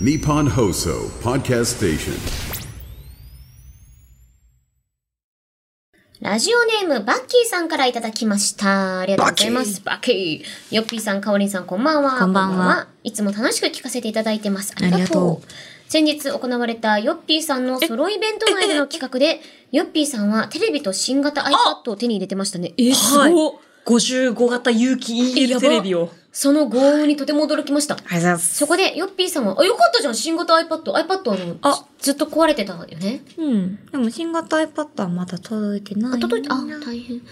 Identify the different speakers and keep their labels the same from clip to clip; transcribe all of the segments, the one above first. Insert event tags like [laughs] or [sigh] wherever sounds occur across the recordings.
Speaker 1: Nippon Hoso Podcast Station.
Speaker 2: ラジオネーム、バッキーさんからいただきました。ありがとうございます。バッキー。ヨッピーさん、かおりんさん、こんばんは。
Speaker 3: こんばんはい
Speaker 2: つも楽しく聞かせていただいてます。あり
Speaker 3: り
Speaker 2: がとう。
Speaker 3: がと
Speaker 2: 先日行われたヨッピーさんのソロイベント内での企画で、ヨッピーさんはテレビと新型 iPad を手に入れてましたね。え
Speaker 3: はい。55型有機 EL テレビを。
Speaker 2: その豪運にとても驚きました。
Speaker 3: ありがとうございます
Speaker 2: そこで、ヨッピーさんは、あ、よかったじゃん、新型 iPad。iPad はあの
Speaker 3: あ
Speaker 2: ずっと壊れてたよね。
Speaker 3: うん。でも新型 iPad はまだ届いてない。
Speaker 2: あ、届いて、あ、大変。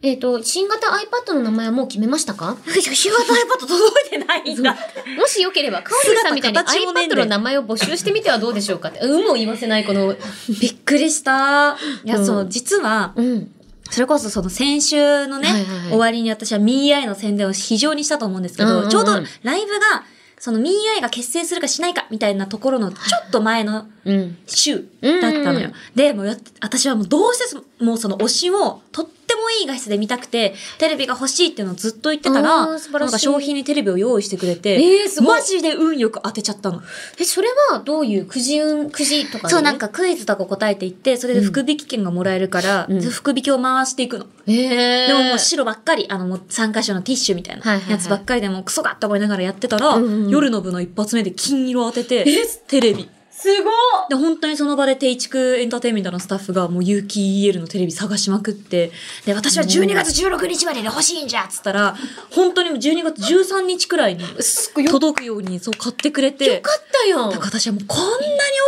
Speaker 2: えっ、と、新型 iPad の名前はもう決めましたか
Speaker 3: 新型 iPad 届いてないんだ。
Speaker 2: もしよければ、かおりんさんみたいに
Speaker 3: 姿形もねんで
Speaker 2: iPad の名前を募集してみてはどうでしょうかって。うんも言わせない、この。
Speaker 3: びっくりした。いや、
Speaker 2: うん
Speaker 3: そう、実は、
Speaker 2: うん。
Speaker 3: それこそその先週のね、
Speaker 2: はいはいはい
Speaker 3: 終わりに私は MeI の宣伝を非常にしたと思うんですけ
Speaker 2: うん
Speaker 3: ど、
Speaker 2: うんうん
Speaker 3: ちょうどライブが、その MeI が結成するかしないかみたいなところのちょっと前の
Speaker 2: うん。
Speaker 3: 週だったの
Speaker 2: う
Speaker 3: よ
Speaker 2: ん。
Speaker 3: で、もうやっ私はもうどうしてそもうその推しをとってもいい画質で見たくて、テレビが欲しいっていうのをずっと言ってた
Speaker 2: あ
Speaker 3: ら、
Speaker 2: ー素晴らしい
Speaker 3: なんか商品にテレビを用意してくれて、
Speaker 2: えーすごい
Speaker 3: マジで運よく当てちゃったの。
Speaker 2: え、それはどういうくじ運、くじとか、
Speaker 3: そう、なん。かクイズとか答えていって、それで福引き券がもらえるから、
Speaker 2: うん
Speaker 3: 福引きを回していくの。
Speaker 2: えー、
Speaker 3: でももう白ばっかり、あのもう3箇所のティッシュみたい
Speaker 2: は
Speaker 3: ない
Speaker 2: はいはい
Speaker 3: やつばっかりでもうクソがって思いながらやってたら、
Speaker 2: うんうんうん
Speaker 3: 夜の部の一発目で金色当てて、テレビ。
Speaker 2: すごい
Speaker 3: で、本当にその場で定畜エンターテインメントのスタッフがもう有機 EL のテレビ探しまくって、で、私は12月16日までで欲しいんじゃっつったら、本当にもう12月13日くらいに
Speaker 2: すごいよよか
Speaker 3: 届くようにそう買ってくれて、
Speaker 2: ったよ
Speaker 3: だから私はもうこんなに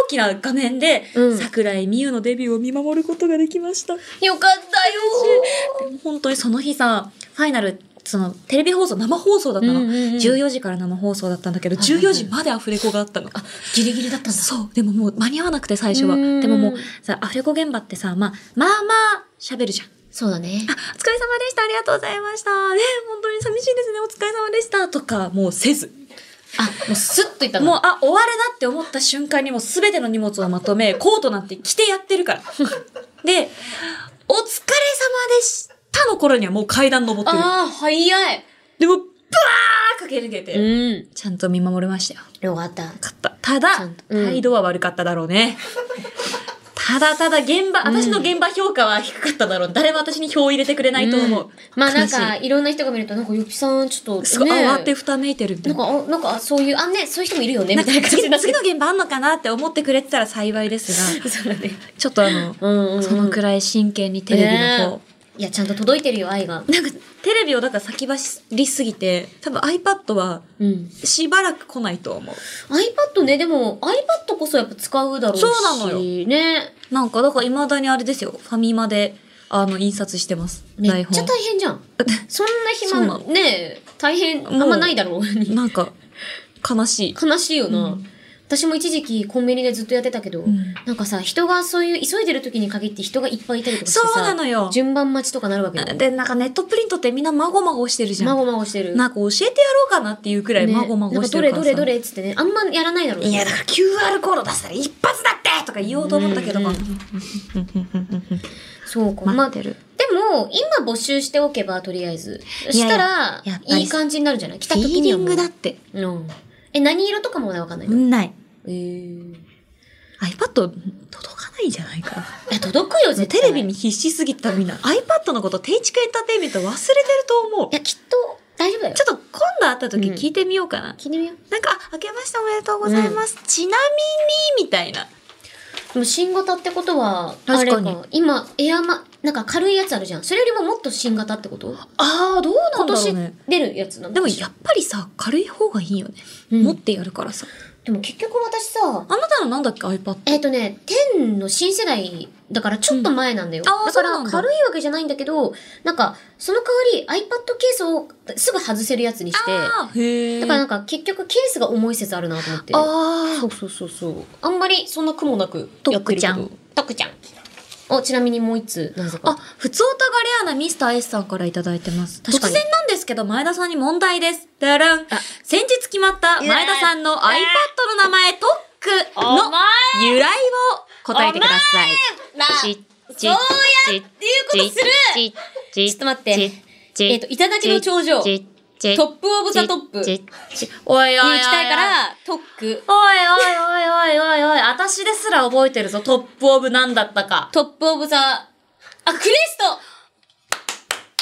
Speaker 3: 大きな画面で、
Speaker 2: うん
Speaker 3: 桜井美優のデビューを見守ることができました。
Speaker 2: よかった
Speaker 3: でも本当にその日さ、ファイナル、そのテレビ放送、生放送だったの。
Speaker 2: うんうんうん
Speaker 3: 14時から生放送だったんだけど、
Speaker 2: はいはい
Speaker 3: 14時までアフレコがあったの。
Speaker 2: ギリギリだったんだ。
Speaker 3: そう。でももう間に合わなくて最初は。
Speaker 2: うん
Speaker 3: でももうさ、アフレコ現場ってさ、まあ、まあまあ喋るじゃん。
Speaker 2: そうだね。
Speaker 3: あ、お疲れ様でした。ありがとうございました。ね、本当に寂しいですね。お疲れ様でした。とか、もうせず。
Speaker 2: あ、もうスッといったの。
Speaker 3: もう、あ、終わるなって思った瞬間にもう全ての荷物をまとめ、コートなんて着てやってる
Speaker 2: [laughs]
Speaker 3: から。で、お疲れ様でしたの頃にはもう階段登ってる。
Speaker 2: ああ、早い。
Speaker 3: でも、ブワー駆け抜けて、
Speaker 2: うん。
Speaker 3: ちゃんと見守れましたよ。
Speaker 2: よかった。
Speaker 3: かった。ただ
Speaker 2: ちゃんと、うん
Speaker 3: 態度は悪かっただろうね。 [laughs] ただただ現場、私の現場評価は低かっただろう。誰も私に票を入れてくれないと思う。
Speaker 2: まあなん
Speaker 3: 悲
Speaker 2: か、
Speaker 3: し
Speaker 2: いろんな人が見ると、なんか、よぴさん、ちょっと、
Speaker 3: い、すごい
Speaker 2: ね
Speaker 3: 慌てふためいてるみた
Speaker 2: ないん
Speaker 3: な。
Speaker 2: か、あなんか、そういう、あ、ね、そういう人もいるよね、
Speaker 3: な
Speaker 2: み
Speaker 3: ん
Speaker 2: た
Speaker 3: か
Speaker 2: いな感じ
Speaker 3: 次
Speaker 2: になって
Speaker 3: 次の現場あんのかなって思ってくれてたら幸いですが、
Speaker 2: そうだね。
Speaker 3: ちょっとあの、
Speaker 2: うんうんうん
Speaker 3: そのくらい真剣にテレビの方、
Speaker 2: ねえいや、ちゃんと届いてるよ、愛が。
Speaker 3: なんかテレビをだから先走りすぎて、多分 iPad は
Speaker 2: うん。
Speaker 3: しばらく来ないと思う。
Speaker 2: iPad ね、でも、iPad こそやっぱ使うだろうし。
Speaker 3: そうなのよ
Speaker 2: ね。
Speaker 3: なんか、だから未だにあれですよ。ファミマで、あの、印刷してます。
Speaker 2: め
Speaker 3: 台
Speaker 2: っちゃ
Speaker 3: 本。
Speaker 2: 大変じゃん。そんな
Speaker 3: そう
Speaker 2: 暇
Speaker 3: な、の
Speaker 2: ねえ大変、あんまないだろう。
Speaker 3: [laughs] なんか、悲しい。
Speaker 2: 悲しいよな。
Speaker 3: うん
Speaker 2: 私も一時期コンビニでずっとやってたけど、
Speaker 3: ん
Speaker 2: なんかさ、人がそういう、急いでる時に限って人がいっぱいいたりとかしてさ、
Speaker 3: そうなのよ
Speaker 2: 順番待ちとかなるわけよ。
Speaker 3: で、なんかネットプリントってみんなまごまごしてるじゃ
Speaker 2: ま
Speaker 3: ん。
Speaker 2: ごまごしてる。
Speaker 3: なんか教えてやろうかなっていうくらい
Speaker 2: ね
Speaker 3: まごまごして
Speaker 2: な
Speaker 3: る
Speaker 2: ん
Speaker 3: か
Speaker 2: かど
Speaker 3: ら
Speaker 2: れ
Speaker 3: さ
Speaker 2: どれどれっつってねあんまやらないだろう
Speaker 3: いや、だから QR コード出したら一発だってとか言おうと思ったけど、
Speaker 2: うん
Speaker 3: まあ
Speaker 2: そうか、まあ
Speaker 3: 待っ
Speaker 2: で
Speaker 3: てる。
Speaker 2: も今募集しておけばとりあえず
Speaker 3: いや
Speaker 2: したら
Speaker 3: やっぱり
Speaker 2: いい感じになるんじゃない来た
Speaker 3: フィ
Speaker 2: 時
Speaker 3: ー
Speaker 2: に
Speaker 3: リ
Speaker 2: は
Speaker 3: ン
Speaker 2: もう
Speaker 3: グだって。
Speaker 2: うんえ何色とかもまだわかんないの、
Speaker 3: ない。
Speaker 2: えー
Speaker 3: iPad 届かないんじゃないかな。
Speaker 2: いや届くよ絶
Speaker 3: テ
Speaker 2: 対
Speaker 3: レビに必死すぎたみんな iPad のこと定畜エンターテインメント忘れてると思う
Speaker 2: い。やきっと大丈夫だよ
Speaker 3: ちょっと今度会った時
Speaker 2: うん
Speaker 3: 聞いてみようかな。
Speaker 2: 聞いてみよう
Speaker 3: なんか、あ、明けましておめでとうございます。ちなみに、みたいな。
Speaker 2: でも新型ってことはあ
Speaker 3: 確
Speaker 2: れ
Speaker 3: かに
Speaker 2: か今エアマなんか軽いやつあるじゃんそれよりももっと新型ってこと
Speaker 3: ああ、どうな
Speaker 2: 今年。出るやつなの
Speaker 3: でも
Speaker 2: いや
Speaker 3: やっぱりさ、軽い方がいいよね。
Speaker 2: うん
Speaker 3: 持ってやるからさ。
Speaker 2: でも結局私さ
Speaker 3: あなたのなんだっけ、iPad。
Speaker 2: えっ、とね、10の新世代だからちょっと前なんだよ。
Speaker 3: うんあー
Speaker 2: だか
Speaker 3: そうな
Speaker 2: ら
Speaker 3: んだ
Speaker 2: 軽いわけじゃないんだけど、なんか、その代わり iPad ケースをすぐ外せるやつにして、だ
Speaker 3: あーへえ。
Speaker 2: からなんか結局ケースが重い説あるなと思って。
Speaker 3: あ
Speaker 2: そうそうそうそう。あんまりそんな苦もなく
Speaker 3: と
Speaker 2: や
Speaker 3: っ
Speaker 2: って
Speaker 3: く
Speaker 2: る
Speaker 3: ち
Speaker 2: け
Speaker 3: ゃん
Speaker 2: ど。とくちゃん。お、ちなみにもう一つ、なぜ
Speaker 3: あ
Speaker 2: か。、
Speaker 3: ふつおたがレアなミスター S さんからいただいてます。突
Speaker 2: 確かに
Speaker 3: 然なんですけど、前田さんに問題です。だらん。先日決まった前田さんの iPad の名前、トックの由来を答えてください。
Speaker 2: そうやっていうことするちょっと待って。えっ、と、頂の頂上。トップオブザトップ。
Speaker 3: おいおいおいおい
Speaker 2: に行きたいから、トック。
Speaker 3: おいおいおいおいおいおい、私ですら覚えてるぞ、トップオブ何だったか。
Speaker 2: トップオブザ、あ、クレスト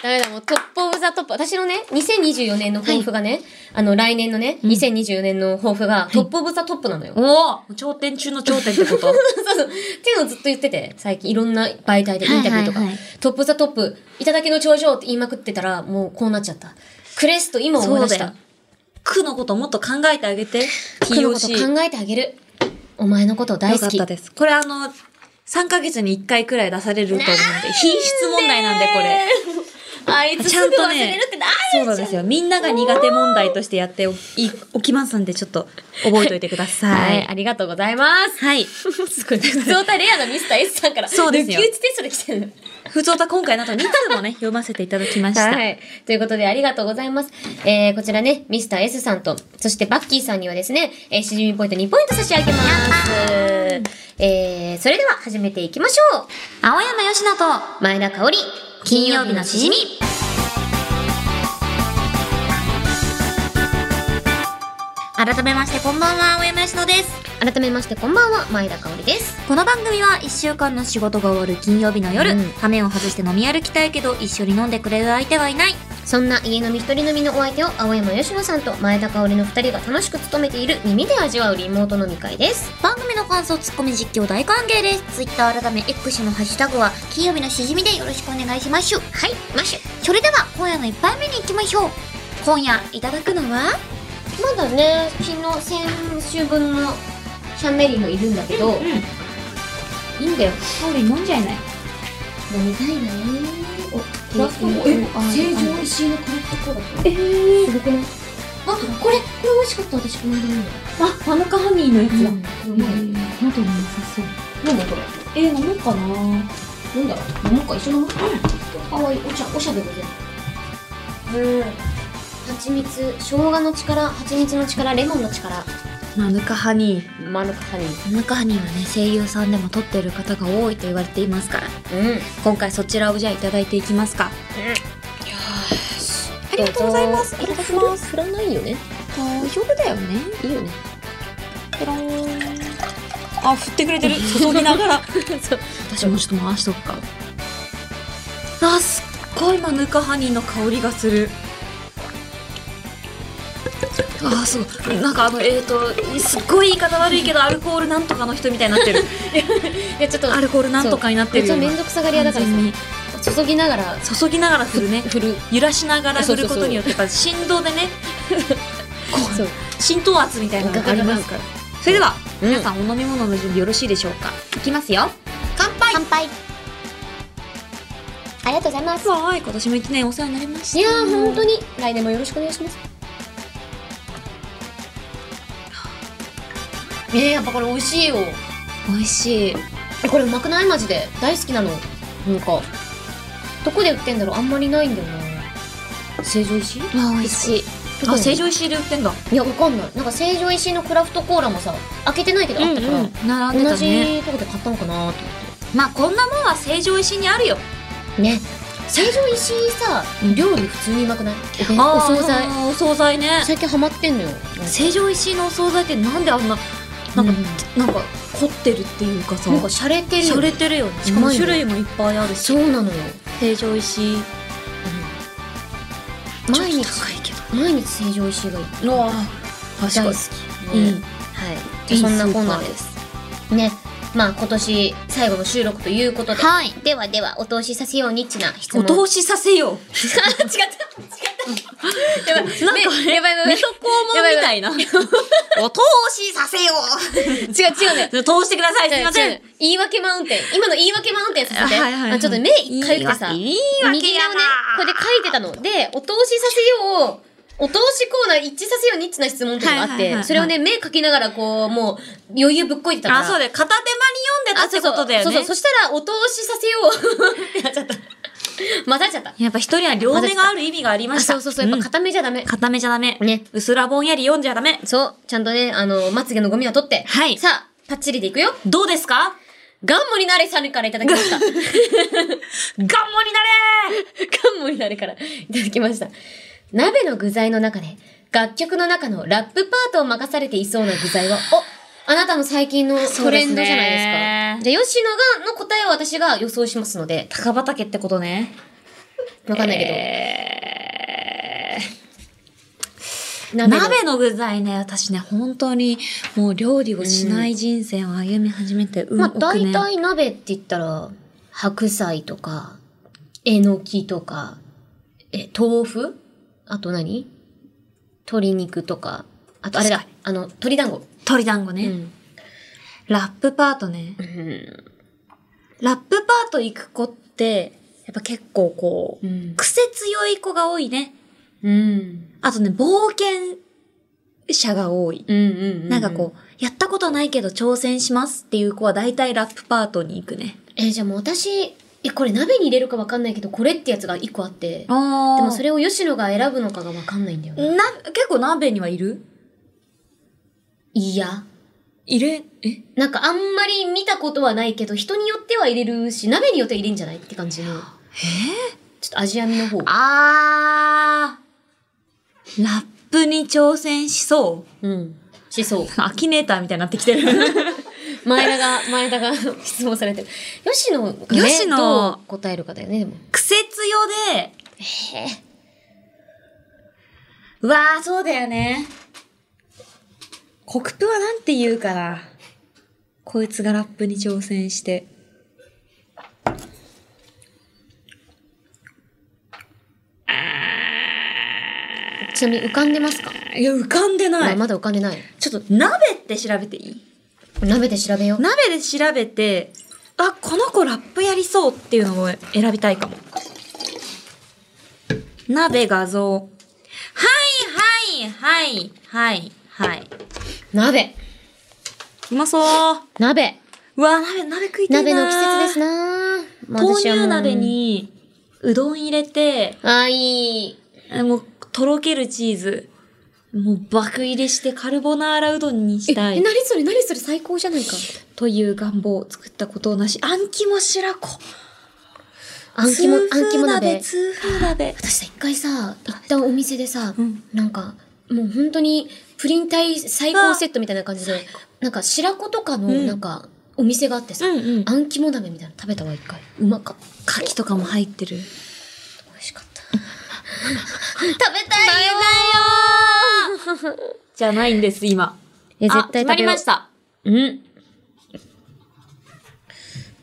Speaker 2: ダメだ、もうトップオブザトップ。私のね、2024年の抱負がね、あの、来年のね、2024年の抱負が、トップオブザトップなのよ。
Speaker 3: おお頂点中の頂点ってこと
Speaker 2: そ
Speaker 3: [laughs]
Speaker 2: うそう。っていうのをずっと言ってて、最近いろんな媒体でインタビューとか、
Speaker 3: はいはいはい
Speaker 2: トップザトップ、いただきの頂上って言いまくってたら、もうこうなっちゃった。クレスト今思い出し
Speaker 3: そう
Speaker 2: た
Speaker 3: だよ。区のこともっと考えてあげて。
Speaker 2: 区のこと
Speaker 3: POC
Speaker 2: 考えてあげる。お前のこと大
Speaker 3: よか
Speaker 2: 好
Speaker 3: っ
Speaker 2: き。
Speaker 3: たです。これあの、3ヶ月に1回くらい出されると思うんで、品質問題なんでこれ。
Speaker 2: [laughs] あいつ
Speaker 3: ち
Speaker 2: ち
Speaker 3: ゃ
Speaker 2: ゃ
Speaker 3: ん
Speaker 2: ん
Speaker 3: と
Speaker 2: と
Speaker 3: ね
Speaker 2: 忘れるってない
Speaker 3: そうなんですよ。みんなが苦手問題としてやっておいおきますんで、ちょっと覚えておいてください。
Speaker 2: ありがとうございます。
Speaker 3: はい。
Speaker 2: すごい。普通歌レアなミスター S さんから、
Speaker 3: そうですよ
Speaker 2: 抜き打ちテストで来てる。
Speaker 3: ふつおた今回など2通もね、読ませていただきました。
Speaker 2: はい。ということで、ありがとうございます。えー、こちらね、ミスター S さんと、そしてバッキーさんにはですね、えー、しじみポイント2ポイント差し上げます。えー、それでは始めていきましょう。
Speaker 3: 青山よしなと、
Speaker 2: 前田香織、金曜日のしじみ。
Speaker 3: 改めましてこんばんは、青山よしのです。
Speaker 2: 改めまして、こんばんは、前田香織です。
Speaker 3: この番組は1週間の仕事が終わる金曜日の夜、
Speaker 2: うん
Speaker 3: 羽目を外して飲み歩きたいけど一緒に飲んでくれる相手はいない
Speaker 2: そんな家飲み一人飲みのお相手を、青山吉野さんと前田香織の二人が楽しく務めている耳で味わうリモート飲み会です。
Speaker 3: 番組の感想ツッコミ実況大歓迎です Twitter 改め X のハッシュタグは金曜日のしじみでよろしくお願いしましゅ
Speaker 2: はい、マッシュ。
Speaker 3: それでは今夜の一杯目に行きましょう今夜いただくのは
Speaker 2: まだね昨日先週分のシャンメリーもいるんだけど、いいんだよ
Speaker 3: 香り飲んじゃいない
Speaker 2: 飲みたいねお
Speaker 3: クラフトもえ成城
Speaker 2: 石井のクラフトコーラえー、すごくないあこれこれ美味しかった私この間飲んだ
Speaker 3: あファムカハニーのや
Speaker 2: うまい
Speaker 3: 喉に良さそう
Speaker 2: 飲んだこ
Speaker 3: えー、飲もうか
Speaker 2: れ
Speaker 3: な
Speaker 2: 飲んだ飲もうか一緒に飲もうかわいいお茶おしゃべりでうん蜂蜜生姜の力蜂蜜の力レモンの力
Speaker 3: マヌカハニー
Speaker 2: マルカハニー
Speaker 3: マヌカハニーはね声優さんでも撮ってる方が多いと言われていますから
Speaker 2: うん
Speaker 3: 今回そちらをじゃあいただいていきますかありがとうございます
Speaker 2: いただきます振らないよね
Speaker 3: 大丈夫だよね
Speaker 2: いいよね
Speaker 3: ペロンあ振ってくれてる注ぎなが [laughs] ら
Speaker 2: そう
Speaker 3: 私もちょっと回しとくかあすっごいマヌカハニーの香りがするあそうなんかあのえっ、ー、とすっごい言い方悪いけどアルコールなんとかの人みたいになって [laughs] る
Speaker 2: いやちょっと
Speaker 3: アルコールなんとかになって
Speaker 2: めっ
Speaker 3: る
Speaker 2: ち
Speaker 3: よ
Speaker 2: ゃめ
Speaker 3: 今
Speaker 2: んどくさがり屋だから
Speaker 3: 完全に
Speaker 2: さ注ぎながら
Speaker 3: 注ぎながら振るね
Speaker 2: 振る
Speaker 3: 揺らしながら振るこ
Speaker 2: そうそう
Speaker 3: と
Speaker 2: そう
Speaker 3: によってやっぱ振動でねこう
Speaker 2: そう
Speaker 3: 浸透圧みたいなのがありますからそれでは、
Speaker 2: うん
Speaker 3: 皆さんお飲み物の準備よろしいでしょうかいきますよ乾杯
Speaker 4: 乾杯ありがとうございます
Speaker 3: わーい今年も一年お世話になりました
Speaker 2: いやー本当に来年もよろしくお願いしますえー、やっぱこれ美味しいよ
Speaker 3: 美味しい
Speaker 2: えこれうまくないマジで大好きなのなんかどこで売ってんだろうあんまりないんだよな成城石井
Speaker 3: わ美味しい
Speaker 2: どこ
Speaker 3: あ
Speaker 2: に
Speaker 3: 成城石井で売ってんだ
Speaker 2: いやわかんないなんか成城石井のクラフトコーラもさ開けてないけどあったから、
Speaker 3: 並ん
Speaker 2: 同
Speaker 3: でたね
Speaker 2: じとこで買ったのかなと思って
Speaker 3: まあこんなもんは成城石井にあるよ
Speaker 2: ね成城石井さ料理普通にうまくないお弁お惣菜
Speaker 3: お惣菜ね
Speaker 2: 最近ハマってんのよ
Speaker 3: 成城石井のお惣菜ってなんであんななんか、
Speaker 2: う
Speaker 3: なんか凝ってるっていうかさ
Speaker 2: なんか洒落てる
Speaker 3: 洒
Speaker 2: よ
Speaker 3: 落てるよねしかも種類もいっぱいあるし
Speaker 2: そうなのよ
Speaker 3: 成城石井
Speaker 2: 毎日
Speaker 3: ちょっと高いけど
Speaker 2: 毎日成城石井がいい
Speaker 3: わあ確
Speaker 2: 大好
Speaker 3: かに
Speaker 2: き
Speaker 3: い
Speaker 2: ね
Speaker 3: い
Speaker 2: はいそんなこんなで
Speaker 3: です
Speaker 2: ねまあ今年最後の収録ということで
Speaker 4: はい
Speaker 2: ではではお通しさせようニッチな質
Speaker 3: お
Speaker 2: 問
Speaker 3: 通しさせよう
Speaker 2: [laughs] あ違った違ったやばい
Speaker 3: なんか
Speaker 2: ねやばいやばい
Speaker 3: 水戸黄門みたいな [laughs] お通しさせよ
Speaker 2: 違う違うね
Speaker 3: う通してくださいすいませ
Speaker 2: 違うん違う言い訳マウンテン今の言い訳マウンテンさせて、
Speaker 3: あはいはいはい
Speaker 2: あちょっと目一回ってさ
Speaker 3: いいわけいいわけ
Speaker 2: 右目を
Speaker 3: や
Speaker 2: ね
Speaker 3: な
Speaker 2: これで書いてたのでお通しさせようお通しコーナー一致させようニッチな質問っていうのがあって、
Speaker 3: はいはいはいはい
Speaker 2: それをね目書きながらこうもう余裕ぶっこいてたから
Speaker 3: あそうだよ片手間に読んでたってことだよね
Speaker 2: そうそうそうそうそしたらお通しさせよう [laughs] ってなっちゃった混ざっちゃった
Speaker 3: やっぱ一人は両目がある意味がありま
Speaker 2: あ
Speaker 3: した
Speaker 2: そうそうそうやっぱ
Speaker 3: ん
Speaker 2: 固めじゃダメ、
Speaker 3: 片目じゃダメ
Speaker 2: ね
Speaker 3: うすらぼんやり読んじゃダメ
Speaker 2: そうちゃんとねあのまつげのゴミは取って
Speaker 3: はい
Speaker 2: さあパッチリでいくよ
Speaker 3: どうですか
Speaker 2: ガンモになれさんからいただきま [laughs] した
Speaker 3: ガンモになれ
Speaker 2: ガンモになれからいただきました。鍋の具材の中で、楽曲の中のラップパートを任されていそうな具材は、おあなたの最近のトレンドじゃないですか。
Speaker 3: そうですね
Speaker 2: じゃあ、吉野が、の答えを私が予想しますので、
Speaker 3: 高畑ってことね。
Speaker 2: わかんないけど。
Speaker 3: えー、
Speaker 2: 鍋の
Speaker 3: 鍋の具材ね、私ね、本当にもう料理をしない人生を歩み始めて、うん、
Speaker 2: まあ、
Speaker 3: 億年
Speaker 2: 大体鍋って言ったら、白菜とか、えのきとか、え、豆腐あと何鶏肉とか、あとあれだ
Speaker 3: 確か、
Speaker 2: あの、鶏団子。
Speaker 3: 鶏団子ね、
Speaker 2: うん
Speaker 3: ラップパートね。ラップパート行く子って、やっぱ結構こう、
Speaker 2: うん
Speaker 3: 癖強い子が多いね。
Speaker 2: うん。
Speaker 3: あとね、冒険者が多い。
Speaker 2: うんうん。
Speaker 3: なんかこう、やったことないけど挑戦しますっていう子は大体ラップパートに行くね。
Speaker 2: うん。え、じゃあもう私、え、これ鍋に入れるかわかんないけど、これってやつが一個あって、で
Speaker 3: あで
Speaker 2: も
Speaker 3: もそ
Speaker 2: それ
Speaker 3: れ、
Speaker 2: を吉野が選ぶのかがわかんないんだよね。
Speaker 3: な、結構鍋にはいる
Speaker 2: いや。
Speaker 3: いるえ
Speaker 2: なんかあんまり見たことはないけど、人によっては入れるし、鍋によっては入れんじゃないって感じの。えちょっとアジア味の方。
Speaker 3: あー。ラップに挑戦しそう。
Speaker 2: うん。しそう。
Speaker 3: [laughs] アキネーターみたいになってきてる。
Speaker 2: 前田が、 [laughs] 前田が質問されてる。吉野がね、
Speaker 3: 吉野
Speaker 2: どう答えるかだよね、でも。
Speaker 3: [laughs] 癖強で、うわー、そうだよね。コクプはなんて言うかな。こいつがラップに挑戦して。
Speaker 2: ちなみに浮かんでますか、
Speaker 3: いや、浮かんでな
Speaker 2: まあ
Speaker 3: い。
Speaker 2: まだ浮かんでない。
Speaker 3: ちょっと、鍋って調べていい
Speaker 2: 鍋で調べよう。
Speaker 3: 鍋で調べて、あ、この子ラップやりそうっていうのを選びたいかも。鍋画像。はい、はい、はい、はい、はい。
Speaker 2: 鍋。
Speaker 3: うまそう。
Speaker 2: 鍋。
Speaker 3: うわ、鍋、鍋食いたい
Speaker 2: 鍋
Speaker 3: な
Speaker 2: の季節ですなまあ
Speaker 3: 豆
Speaker 2: 私はも
Speaker 3: 乳
Speaker 2: う
Speaker 3: 鍋。に、うどん入れて、
Speaker 2: あー、いい。
Speaker 3: あもう、とろけるチーズ。もう、爆入れしてカルボナーラうどんにし
Speaker 2: え、
Speaker 3: た
Speaker 2: え
Speaker 3: い。
Speaker 2: 何それ何それ最高じゃないか。
Speaker 3: という願望を作ったことなし。あんきも白子。
Speaker 2: あんきも、
Speaker 3: 通
Speaker 2: あんき
Speaker 3: 風
Speaker 2: も鍋
Speaker 3: 鍋、。通風鍋。
Speaker 2: 私さ、一回さ、行ったお店でさ、
Speaker 3: ん
Speaker 2: なんか、もう本当に、プリン体最高セットみたいな感じで、なんか白子とかの、
Speaker 3: ん
Speaker 2: なんか、お店があってさ、
Speaker 3: うんうん
Speaker 2: あん肝鍋みたいなの食べたわ、一回。うまかった。
Speaker 3: 牡蠣とかも入ってる。
Speaker 2: 美味しかった。 [laughs] 食べたいよ
Speaker 3: [laughs] じゃないんです、今。
Speaker 2: いや、
Speaker 3: あ
Speaker 2: 絶対
Speaker 3: 決
Speaker 2: 食
Speaker 3: ま
Speaker 2: べ
Speaker 3: り
Speaker 2: よう
Speaker 3: ました。
Speaker 2: うん。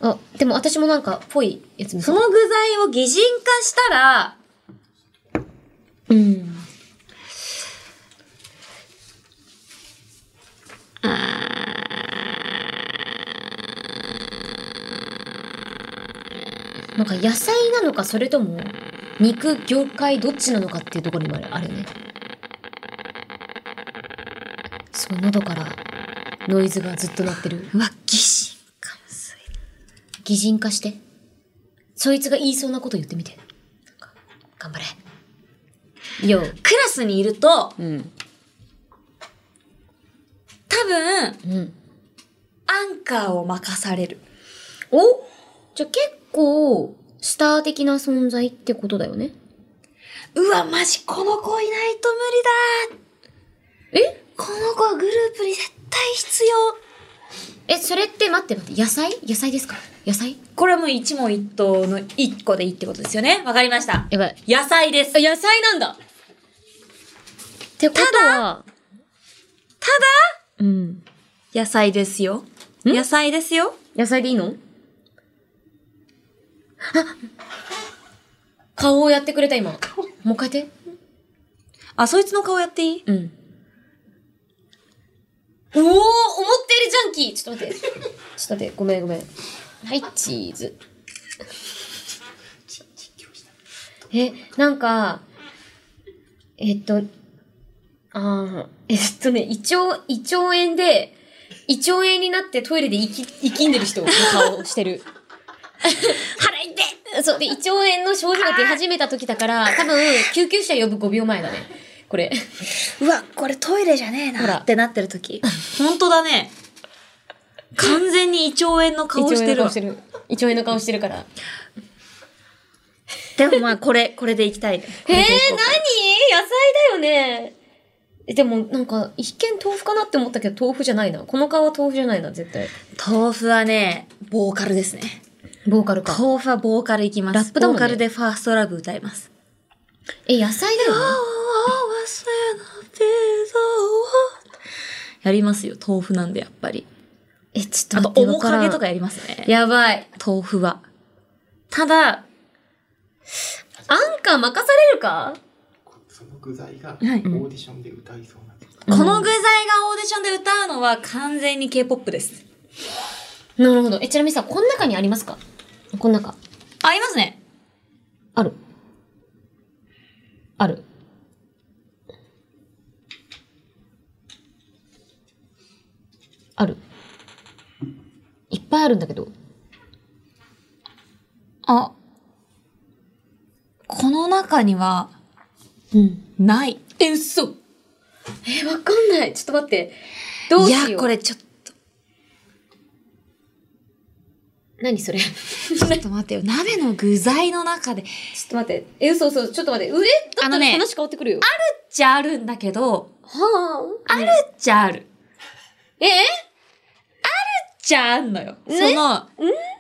Speaker 2: あ、でも私もなんか、ぽいやつ見せ
Speaker 3: そ
Speaker 2: た
Speaker 3: の具材を擬人化したら、
Speaker 2: うん。なんか野菜なのかそれとも肉業界どっちなのかっていうところにもあるあるよね。すごい喉からノイズがずっと鳴ってる。
Speaker 3: うわ、擬人化むずい。
Speaker 2: 擬人化して。そいつが言いそうなこと言ってみて。なんか頑張れ。よう。
Speaker 3: クラスにいると、
Speaker 2: うん。
Speaker 3: 多分、
Speaker 2: うん。
Speaker 3: アンカーを任される。
Speaker 2: おじゃあ結構、スター的な存在ってことだよね。
Speaker 3: うわ、マジこの子いないと無理だ
Speaker 2: え
Speaker 3: この子はグループに絶対必要
Speaker 2: え、それって待って待って、野菜野菜ですか野菜
Speaker 3: これはもう一問一答の一個でいいってことですよねわかりました。
Speaker 2: やばい。
Speaker 3: 野菜です。ただ、
Speaker 2: 野菜なんだってことは、うん。
Speaker 3: 野菜ですよ。野菜ですよ。
Speaker 2: 野菜でいいのあ顔をやってくれた今。もう一回やって。
Speaker 3: あ、そいつの顔やっていい
Speaker 2: うん。おお思ってるジャンキーちょっと待って。ちょっと待って、ごめんごめん。はい、チーズ。え、なんか、えっと、あーえっとね、胃腸、胃腸炎で、胃腸炎になってトイレで生き、生きんでる人の顔をしてる。
Speaker 3: 腹い
Speaker 2: [laughs]
Speaker 3: て
Speaker 2: そう。で、胃腸炎の症状が出始めた時だから、多分、救急車呼ぶ5秒前だね。これ。
Speaker 3: うわ、これトイレじゃねえ
Speaker 2: ほ
Speaker 3: な
Speaker 2: ら
Speaker 3: ってなってる
Speaker 2: [laughs]
Speaker 3: 時。ほんとだね。完全に胃腸炎の顔してるわ。
Speaker 2: る。胃腸炎の顔してるから。
Speaker 3: でもまあ、これ、これでいきたいね。
Speaker 2: えー、何野菜だよね。えでもなんか一見豆腐かなって思ったけど豆腐じゃないなこの顔は豆腐じゃないな絶対
Speaker 3: 豆腐はね、ボーカルですね。
Speaker 2: ボーカルか
Speaker 3: 豆腐はボーカルいきます。
Speaker 2: ラップだもんね
Speaker 3: ボーカルでファーストラブ歌います。
Speaker 2: え野菜だよね
Speaker 3: やりますよ、豆腐なんでやっぱり。
Speaker 2: えちょ
Speaker 3: あ
Speaker 2: っと
Speaker 3: と、
Speaker 2: 待って
Speaker 3: 面影とか
Speaker 2: わ
Speaker 3: やりますね。
Speaker 2: らんやばい
Speaker 3: 豆腐は。ただ、
Speaker 2: アンカー任されるか
Speaker 4: その具材がオー
Speaker 3: い
Speaker 4: ディションで歌いそうな曲、
Speaker 3: この具材がオーディションで歌うのは完全に K-POP です。
Speaker 2: なるほどえちなみにさこの中にありますかこの中
Speaker 3: あ、いますね。
Speaker 2: あるあるあるいっぱいあるんだけど
Speaker 3: あ、この中には、
Speaker 2: うん
Speaker 3: ない。え、嘘
Speaker 2: えわかんないちょっと待ってどうしよう
Speaker 3: いや、これちょっと、
Speaker 2: 何それちょ
Speaker 3: ちょっと待ってよ。鍋の具材の中で、
Speaker 2: っと待ってえ嘘嘘ちょっと待ってうえだ
Speaker 3: あ
Speaker 2: ったら
Speaker 3: のね
Speaker 2: 話変わってくるよ
Speaker 3: じゃあるんだけど、
Speaker 2: はあ
Speaker 3: あるっちゃある。
Speaker 2: え
Speaker 3: じゃああんのよ。その、も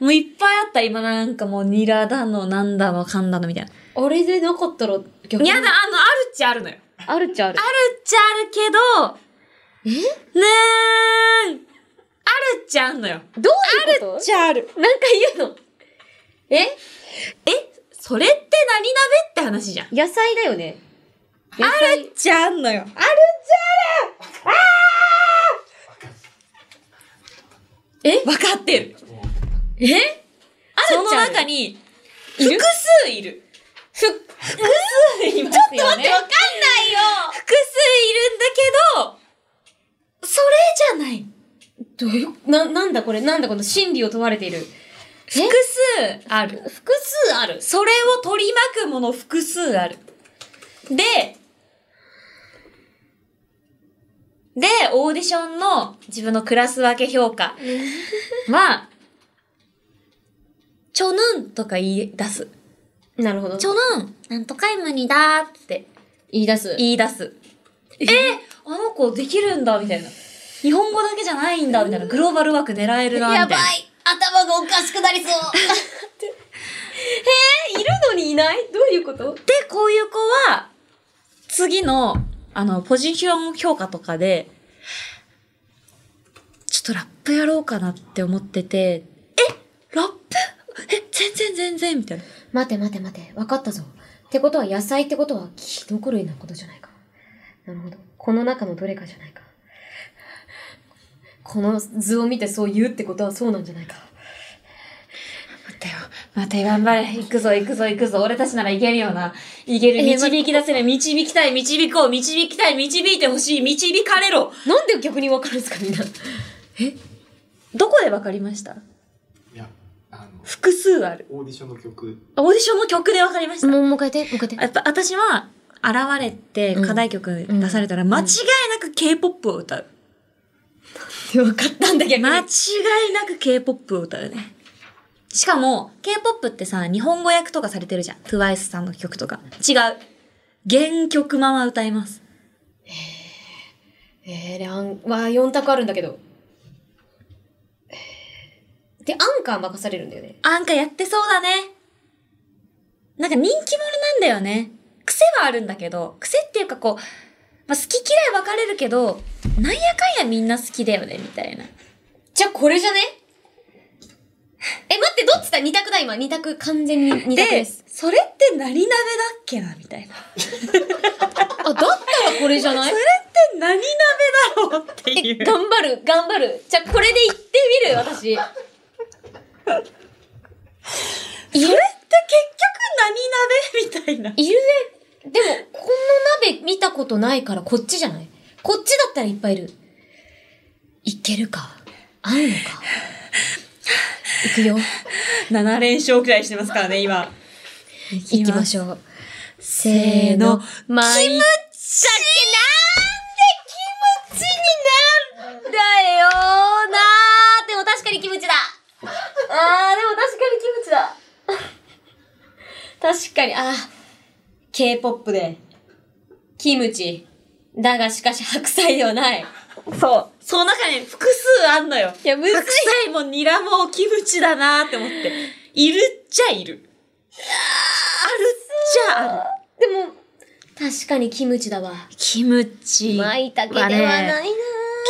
Speaker 3: ういっぱいあった、今なんかもうニラだの、なんだの、かんだのみたいな。
Speaker 2: あれでなかったら逆に
Speaker 3: やだ、あの、あるっちゃあるのよ。
Speaker 2: あるっちゃある
Speaker 3: あるっちゃあるけど、えねーん。あるっちゃあんのよ。
Speaker 2: どういうこと
Speaker 3: じゃある。
Speaker 2: なんか言うのえ
Speaker 3: え、それって何鍋って話じゃん。
Speaker 2: 野菜だよね野
Speaker 3: あ
Speaker 2: 菜
Speaker 3: るっちゃあんのよ。あ
Speaker 2: え
Speaker 3: わかってる。
Speaker 2: えあ
Speaker 3: そ
Speaker 2: るっ
Speaker 3: の
Speaker 2: ちゃある
Speaker 3: 中に、
Speaker 2: いる
Speaker 3: 複数いる。 [laughs] ふ、複数います
Speaker 2: ちょっと
Speaker 3: よ、ね。
Speaker 2: 待ってわかん
Speaker 3: ないよ。複数いるんだけど、それじゃない。
Speaker 2: どういう、な、なんだこれ、なんだこの真理を問われている。
Speaker 3: 複数ある。
Speaker 2: 複数ある。
Speaker 3: それを取り巻くもの複数ある。で、で、オーディションの自分のクラス分け評価 [laughs] は、ちょぬんとか言い出す。
Speaker 2: なるほど。
Speaker 3: ちょぬん、なんとかいむにだーって
Speaker 2: 言い出す。
Speaker 3: 言い出す。えー、あの子できるんだ、みたいな。日本語だけじゃないんだ、みたいな。グローバルワーク狙えるな、みたいな。
Speaker 2: い頭がおかしくな
Speaker 3: [laughs]
Speaker 2: りそうえー、いるのにいないどういうこと
Speaker 3: で、こういう子は、次の、あの、ポジション評価とかで、ちょっとラップやろうかなって思ってて、えラップえ、全然全然みたいな。
Speaker 2: 待て待て待て、分かったぞ。ってことは野菜ってことはキノコ類なことじゃないか。なるほど。この中のどれかじゃないか。この図を見てそう言うってことはそうなんじゃないか。
Speaker 3: 待てよ。待てよ、頑張れ。行くぞ、行くぞ、行くぞ。俺たちならいけるよな。いける。
Speaker 2: えーま
Speaker 3: 導き出せる。導きたい。導こう。導きたい。導いてほしい。導かれろ。
Speaker 2: なんで逆に分かるんですかみんな。
Speaker 3: どこでわかりました
Speaker 4: いやあの
Speaker 3: 複数ある。
Speaker 4: オーディションの曲
Speaker 3: オーディションの曲でわかりました。
Speaker 2: [laughs] もう、もう一回言って、もう一回言って。
Speaker 3: やっぱ私は現れて課題曲出されたら間違いなく K-POP を歌う。
Speaker 2: 分かったんだけど。
Speaker 3: 間違いなく K-POP を歌うね。しかも K-POP ってさ、日本語訳とかされてるじゃん。TWICE さんの曲とか。違う。原曲まま歌います。
Speaker 2: えー、ラン、わー、4択あるんだけど。えーで、アンカー任されるんだよね。
Speaker 3: あんかやってそうだね。なんか人気者なんだよね。癖はあるんだけど、癖っていうかこう、まあ、好き嫌い分かれるけど、なんやかんやみんな好きだよね、みたいな。
Speaker 2: じゃあ、これじゃねえ、待って、どっちだ ?2 択だ、今。2択、完全に2択
Speaker 3: で
Speaker 2: です。、
Speaker 3: それって何鍋だっけなみたいな。
Speaker 2: あ、だったらこれじゃない [laughs]
Speaker 3: それって何鍋だろうってい
Speaker 2: え、
Speaker 3: [laughs] う。
Speaker 2: 頑張る、頑張る。じゃあ、これで行ってみる、私。い
Speaker 3: それって結局何鍋みたいな。
Speaker 2: るね。でも、この鍋見たことないから、こっちじゃないこっちだったらいっぱいいる。いけるか。あんのか。いくよ。
Speaker 3: 7連勝くらいしてますからね、今。行
Speaker 2: 行きま
Speaker 3: ょ
Speaker 2: しょう。
Speaker 3: う。
Speaker 2: せーの、
Speaker 3: ま
Speaker 2: まい
Speaker 3: キム
Speaker 2: キ
Speaker 3: チ
Speaker 2: ムチになんだよーなーでも確かにキムチだあーでも確かにキムチだ確かに、あー K-POP で、キムチ、だがしかし白菜ではない。そう。
Speaker 3: その中に複数あんのよ。
Speaker 2: いや、むずい
Speaker 3: 白。菜もニラもキムチだなーって思って。いるっちゃいる。あるっちゃある。
Speaker 2: でも、確かにキムチだわ。
Speaker 3: キムチ。
Speaker 2: まいたけではないな
Speaker 3: ね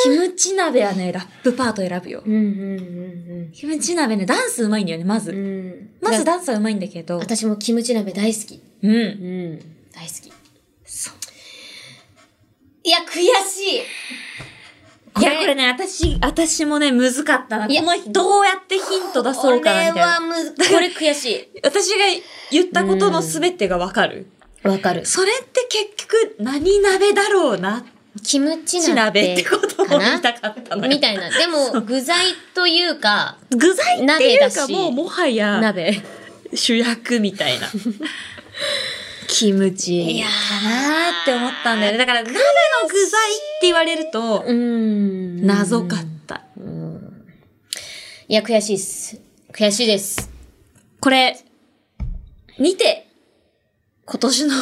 Speaker 3: キムチ鍋はね、ラップパート選ぶよ。
Speaker 2: うんうんうん
Speaker 3: キムチ鍋ね、ダンスうまいんだよね、まず。
Speaker 2: うん。うん。
Speaker 3: まず
Speaker 2: だ、
Speaker 3: ダンスはうまいんだけど。
Speaker 2: 私もキムチ鍋大好き。
Speaker 3: うん。
Speaker 2: うん。大好き。
Speaker 3: そう
Speaker 2: いや、悔しい。
Speaker 3: いや、これね、私、私もね、むずかったな。こ
Speaker 2: いや
Speaker 3: の、どうやってヒント出そうかな、みたいな。
Speaker 2: これはむず、 [laughs] これ悔し
Speaker 3: 私が言ったことの全てがわかる。
Speaker 2: い。わかる。
Speaker 3: それって結局、何鍋だろうな、
Speaker 2: キムチ
Speaker 3: ち
Speaker 2: 鍋
Speaker 3: 鍋ってことを
Speaker 2: かな
Speaker 3: 見たかったのよ。
Speaker 2: みたいな。でも、具材というか、
Speaker 3: 具材ってい
Speaker 2: 鍋だ
Speaker 3: うか、
Speaker 2: し
Speaker 3: もうもはや
Speaker 2: 鍋。
Speaker 3: 主役みたいな。キムチ。いやーって思ったんだよね。だから、鍋の具材って言われると、
Speaker 2: うん
Speaker 3: 謎かった。
Speaker 2: いや、悔しいっす。悔しいです。
Speaker 3: これ、にて、今年の、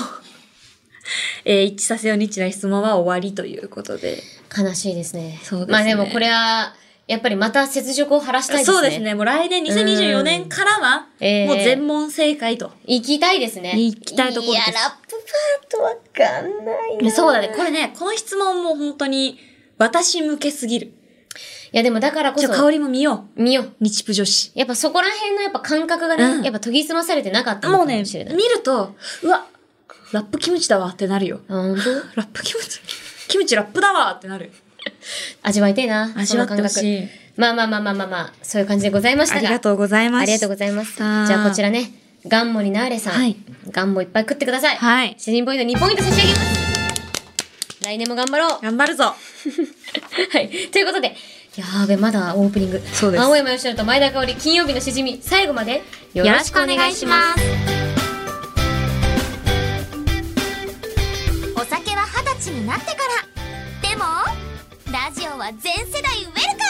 Speaker 3: えー一致させようニッチな質問は終わりということで。
Speaker 2: 悲しいですね。
Speaker 3: そうですね
Speaker 2: まあでもこれは、やっぱりまた雪辱を晴らしたいですね。
Speaker 3: そうです。ね。もう来年、2024年からは、
Speaker 2: えー
Speaker 3: もう全問正解と。
Speaker 2: 行きたいですね。
Speaker 3: 行きたいところです
Speaker 2: いや、ラップパートわかんないな。
Speaker 3: そうだね。
Speaker 2: い
Speaker 3: これね、この質問も本当に、私向けすぎる。
Speaker 2: や、でもだからこ
Speaker 3: ちょ、
Speaker 2: そ、
Speaker 3: 香りも見よう。
Speaker 2: 見よう。
Speaker 3: 日プ女子。
Speaker 2: やっぱそこら辺のやっぱ感覚がね、
Speaker 3: うん
Speaker 2: やっぱ研ぎ澄まされてなかったの
Speaker 3: もう
Speaker 2: かも
Speaker 3: ね、
Speaker 2: し
Speaker 3: 見
Speaker 2: れない。
Speaker 3: ると、うわ、ラップキムチだわってなるよ。
Speaker 2: あ本当
Speaker 3: ラップキムチ、キムチラップだわってなる。
Speaker 2: 味わいたいな。
Speaker 3: 味わってほしい
Speaker 2: その感覚。まあまあまあまあまあまあ、そういう感じでございました
Speaker 3: あ
Speaker 2: が。
Speaker 3: りがとうございます。
Speaker 2: ありがとうございます。じ
Speaker 3: さあ
Speaker 2: ゃあこちらね、ガンモにナーレさん。
Speaker 3: はい
Speaker 2: ガンモいっぱい食ってください。
Speaker 3: はい
Speaker 2: 主人ポイント2ポイント差し上げます。来年も頑張ろう。
Speaker 3: 頑張るぞ。
Speaker 2: [laughs] はい。ということで、やーべ、まだオープニング。
Speaker 3: そうです
Speaker 2: 青山よしと前田香織、金曜日のしじみ、最後までよろしくお願いします。
Speaker 5: お酒は二十歳になってからでもラジオは全世代ウェルカ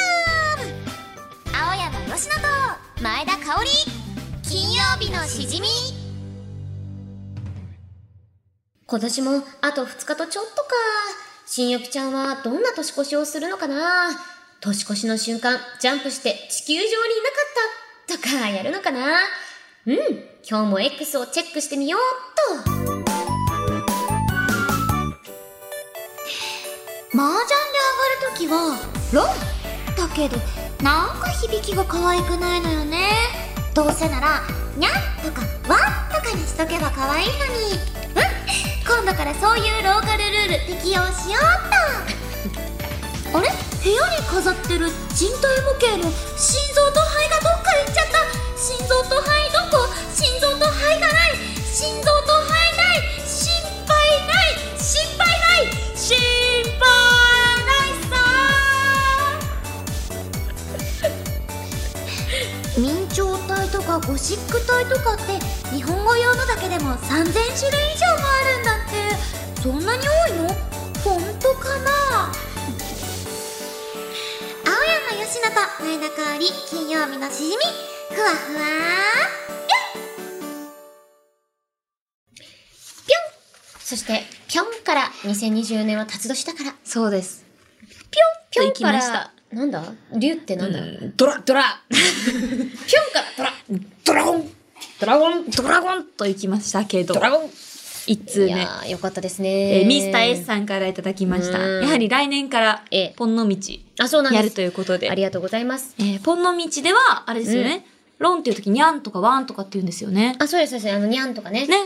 Speaker 5: ム青山佳乃と前田香織金曜日のしじみ
Speaker 2: 今年もあと2日とちょっとか。新ゆきちゃんはどんな年越しをするのかな年越しの瞬間、ジャンプして地球上にいなかったとかやるのかなうん、今日も X をチェックしてみようっと。
Speaker 5: 麻雀で上がるときはロンだけどなんか響きが可愛くないのよねどうせならにゃんとかわんとかにしとけば可愛いのにうん今度からそういうローカルルール適用しようっとあれ部屋に飾ってる人体模型の心臓と肺がどっか行っちゃった心臓と肺どこ心臓と肺がない心臓と肺ない心配ない心配ない心配ないさ明朝体とかゴシック体とかって日本語用のだけでも3000種類以上もあるんだってそんなに多いの本当かな青山佳乃と前田香織金曜日のしじみふわふわ
Speaker 2: そして、ぴょんから2020年は辰年だから。
Speaker 3: そうです。
Speaker 2: ぴょんか
Speaker 3: 行きました
Speaker 2: ら、なんだ竜ってなんだ、
Speaker 3: ドラ、ドラ、
Speaker 2: ぴょんからドラ
Speaker 3: ドラゴン、ドラゴン、ドラゴンと行きましたけど。ドラゴン一通
Speaker 2: い
Speaker 3: 目。
Speaker 2: やー、よかったです
Speaker 3: え
Speaker 2: ね。
Speaker 3: ーミスター S さんからいただきました。
Speaker 2: うん
Speaker 3: やはり来年から
Speaker 2: ええ、
Speaker 3: ポンの道、
Speaker 2: あ、そうなんです。
Speaker 3: やるということで
Speaker 2: ありがとうございます。
Speaker 3: えーポンの道では、あれですよね、ロンっていう時、にゃんとかワンとかって言うんですよね。
Speaker 2: あ、そうです、そうです。あの、にゃんとかね。
Speaker 3: ね。っ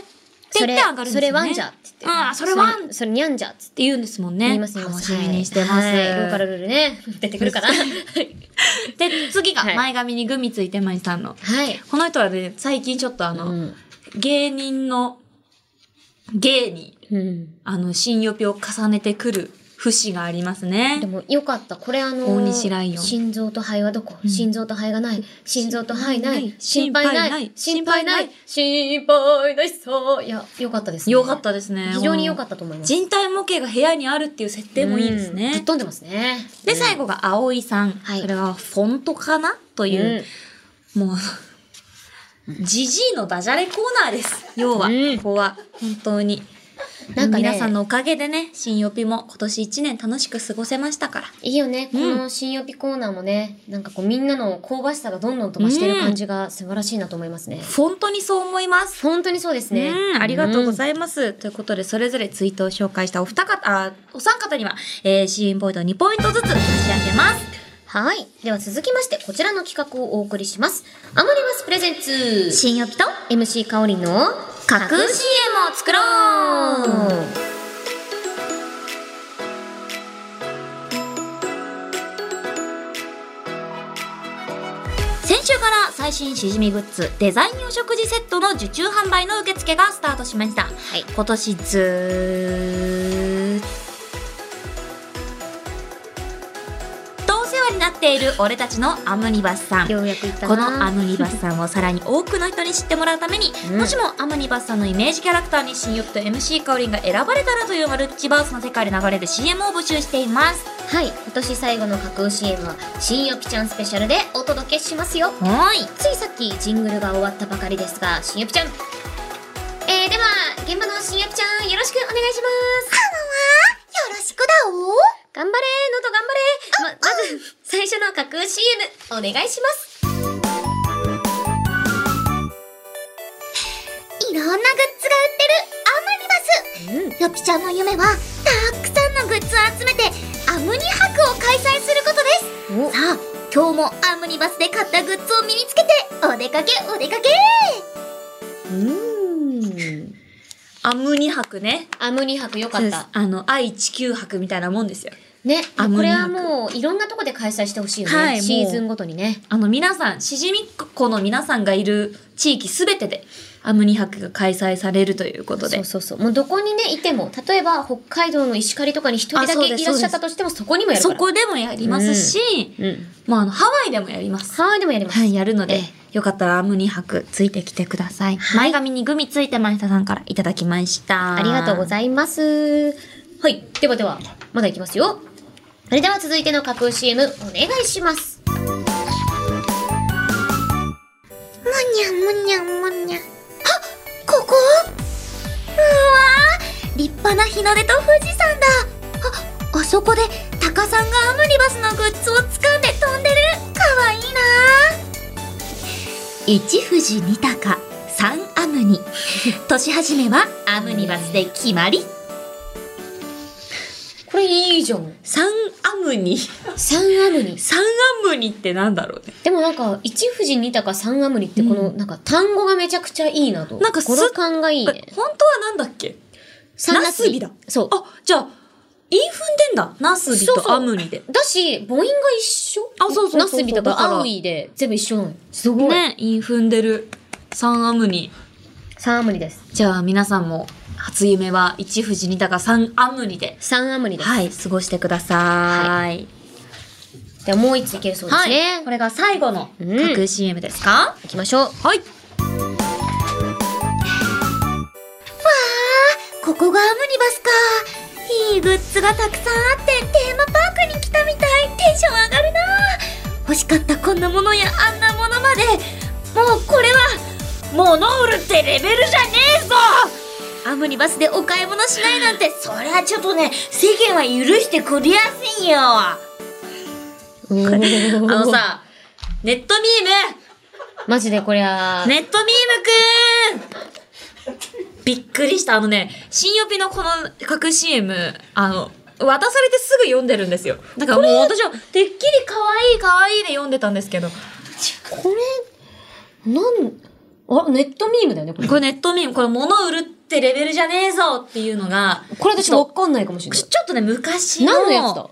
Speaker 3: て
Speaker 2: そ
Speaker 3: 言
Speaker 2: れ、
Speaker 3: って上がるんです
Speaker 2: そ
Speaker 3: よね。
Speaker 2: れワンじゃって言って。
Speaker 3: ああ、それワンっ
Speaker 2: それそれにゃんじゃっつって。
Speaker 3: て言うんですもんね。
Speaker 2: 言います、言います。
Speaker 3: 楽しみにしてます。
Speaker 2: はいはいローカルルールね。 [laughs] 出てくる
Speaker 3: [laughs]
Speaker 2: かな。はい。
Speaker 3: で、次が
Speaker 2: はい
Speaker 3: 前髪にグミついてまいさんの。
Speaker 2: はい。
Speaker 3: この人はね、最近ちょっとあの、
Speaker 2: うん
Speaker 3: 芸人の芸に、
Speaker 2: うん。
Speaker 3: あの、新予備を重ねてくる節があります
Speaker 2: で
Speaker 3: ね。
Speaker 2: も、よかった。これあのー、
Speaker 3: 大西ライオン
Speaker 2: 心臓と肺はどこ
Speaker 3: ん
Speaker 2: 心臓と肺がない。心臓と肺な
Speaker 3: ない
Speaker 2: い。心配ない。
Speaker 3: 心
Speaker 2: 心
Speaker 3: 配
Speaker 2: 配
Speaker 3: な
Speaker 2: ないい。心配ない。そう。いや、よかったですね。
Speaker 3: 良かったですね。
Speaker 2: 非常に良かったと思います。
Speaker 3: 人体模型が部屋にあるっていう設定もいいです
Speaker 2: うんぶっ
Speaker 3: ね。
Speaker 2: 飛んでますね。
Speaker 3: で、最後が葵さん。
Speaker 2: はい
Speaker 3: これはフォントかなと
Speaker 2: う
Speaker 3: い
Speaker 2: ん。
Speaker 3: う、もう、ジジイのダジャレコーナーです。要は、
Speaker 2: うん
Speaker 3: ここは、本当に。
Speaker 2: なんかね
Speaker 3: 皆さんのおかげでね、新予備も今年1年楽しく過ごせましたから。
Speaker 2: いいよね。こ
Speaker 3: うん
Speaker 2: の新予備コーナーもね、なんかこうみんなの香ばしさがどんどん飛ばしてる感じが素晴らしいなと思いますね。
Speaker 3: 本当にそう思います。
Speaker 2: 本当にそうですね。
Speaker 3: うん、ありがとうご
Speaker 2: い
Speaker 3: ざいます。ということで、それぞれツイートを紹介したお二方、あお三方には、えー、シーンポイント2ポイントずつ差し上げ
Speaker 2: ま
Speaker 3: ます。
Speaker 2: す。はい。では続きまして、こちらの企画をお送りします。アモリバスプレゼンツ
Speaker 3: 新予備と、
Speaker 2: MC 香りの
Speaker 3: 架空 CM を作ろう先週から最新しじみグッズデザインお食事セットの受注販売の受付がスタートしました、
Speaker 2: い
Speaker 3: 今年ずーっとお世話になっている俺たちのアムニバスさん
Speaker 2: ようやく行った
Speaker 3: こ
Speaker 2: な
Speaker 3: のアムニバスさんをさらに多くの人に知ってもらうために、
Speaker 2: うん
Speaker 3: もしもアムニバスさんのイメージキャラクターに新欲と MC かおりんが選ばれたらというマルチバースの世界で流れる CM を募集しています
Speaker 2: はい今年最後の架空 CM は新予備ちゃんスペシャルでお届けしますよ
Speaker 3: はい
Speaker 2: ついさっきジングルが終わったばかりですが新予備ちゃんえー、では現場の新予備ちゃんよろしくお願いします
Speaker 5: よろしくだお
Speaker 2: 頑張れのと頑張れままず最初の架空 CM お願いします
Speaker 5: いろんなグッズが売ってるアムニバス、よぴちゃんの夢はたくさんのグッズを集めてアムニ博を開催することですさあ今日もアムニバスで買ったグッズを身につけてお出かけお出かけ
Speaker 2: うん
Speaker 3: アムニ博ね
Speaker 2: アムニ博よか
Speaker 3: そう
Speaker 2: っ
Speaker 3: です
Speaker 2: た
Speaker 3: あの愛地球博みたいなもんですよ
Speaker 2: ね
Speaker 3: ア
Speaker 2: こ
Speaker 3: ムニ博
Speaker 2: れはもういろんなとこで開催してほしいよね、
Speaker 3: はいもう
Speaker 2: シーズンごとにね
Speaker 3: あの皆さんしじみっ子の皆さんがいる地域すべてでアムニ博が開催されるということ
Speaker 2: そ
Speaker 3: で
Speaker 2: うそうそうもうどこにねいても例えば北海道の石狩とかに一人
Speaker 3: あ
Speaker 2: だ
Speaker 3: そう
Speaker 2: け
Speaker 3: です
Speaker 2: いらっしゃったとしてもそこにもやるか
Speaker 3: そ
Speaker 2: ら
Speaker 3: こでもやりますし、
Speaker 2: うん
Speaker 3: まあ、あのハワイでもやります
Speaker 2: ハワイでもやります、
Speaker 3: はい、やるので、
Speaker 2: え
Speaker 3: よかったらアムニ博ついてきてください。前髪にグミついてましたさんからいただきました。
Speaker 2: ありがとうご
Speaker 3: い
Speaker 2: ざいますはいではではまだいきますよそれでは続いての架空 CM お願いします
Speaker 5: むにゃむにゃむにゃあここうわー立派な日の出と富士山だああそこでタカさんがアムニバスのグッズを掴んで飛んでるかわいいな
Speaker 3: 一富士二鷹三ア
Speaker 2: [laughs]
Speaker 3: ムニ。年始めはアムニバスで決まり。
Speaker 2: これいいじゃん
Speaker 3: 三アムニ。
Speaker 2: 三アムニ
Speaker 3: 三アムニってなんだろうね。
Speaker 2: でもなんか一富士二鷹三アムニってこの、なんか単語がめちゃくちゃいいなと
Speaker 3: なんかす
Speaker 2: 語呂感がいいね
Speaker 3: え本当はなんだっけ
Speaker 2: 三
Speaker 3: ナスビだ
Speaker 2: そう
Speaker 3: あ、じゃあ、インフンでんだ。ナスビ
Speaker 2: そう
Speaker 3: と
Speaker 2: そう
Speaker 3: アムニで。
Speaker 2: だし母音が一緒
Speaker 3: あそうそうそうそう
Speaker 2: ナスビと
Speaker 3: だ
Speaker 2: か
Speaker 3: から
Speaker 2: アウイで全部一緒なのすごい、
Speaker 3: ね、インフンでる三アムニ。
Speaker 2: 三アムニです
Speaker 3: じゃあ皆さんも初夢は一富士二鷹三アムニで
Speaker 2: 三アムニです、
Speaker 3: はい、過ごしてください。
Speaker 2: ではもう一ついけるそうですね、
Speaker 3: これが最後の
Speaker 2: うん
Speaker 3: 架空 CM ですか、
Speaker 2: 行きましょう
Speaker 3: はい。
Speaker 5: ここがアムニバスかいいグッズがたくさんあってテーマパークに来たみたいテンション上がるな欲しかったこんなものやあんなものまでもうこれは
Speaker 3: モノールってレベルじゃねえぞ
Speaker 5: アムニバスでお買い物しないなんてそりゃちょっとね世間は許してくれやすいよ
Speaker 3: あ
Speaker 2: あ
Speaker 3: のさ、ネットミ
Speaker 2: [laughs] マジでこりゃ、
Speaker 3: ームネットミームくんびっくりした。あのね、新予備のこの架空 CM、あの、渡されてすぐ読んでるんですよ。だからもう私は、てっきり可愛い可愛いで読んでたんですけど、
Speaker 2: これなんあネットミームだよねこれこ
Speaker 3: これ
Speaker 2: れ
Speaker 3: ネットミーム、これ物売るってレベルじゃねえぞっていうのが、
Speaker 2: 私わかんないかもしれ
Speaker 3: ち
Speaker 2: な
Speaker 3: ょちょっとね、昔
Speaker 2: い
Speaker 3: の、
Speaker 2: 何のやつだ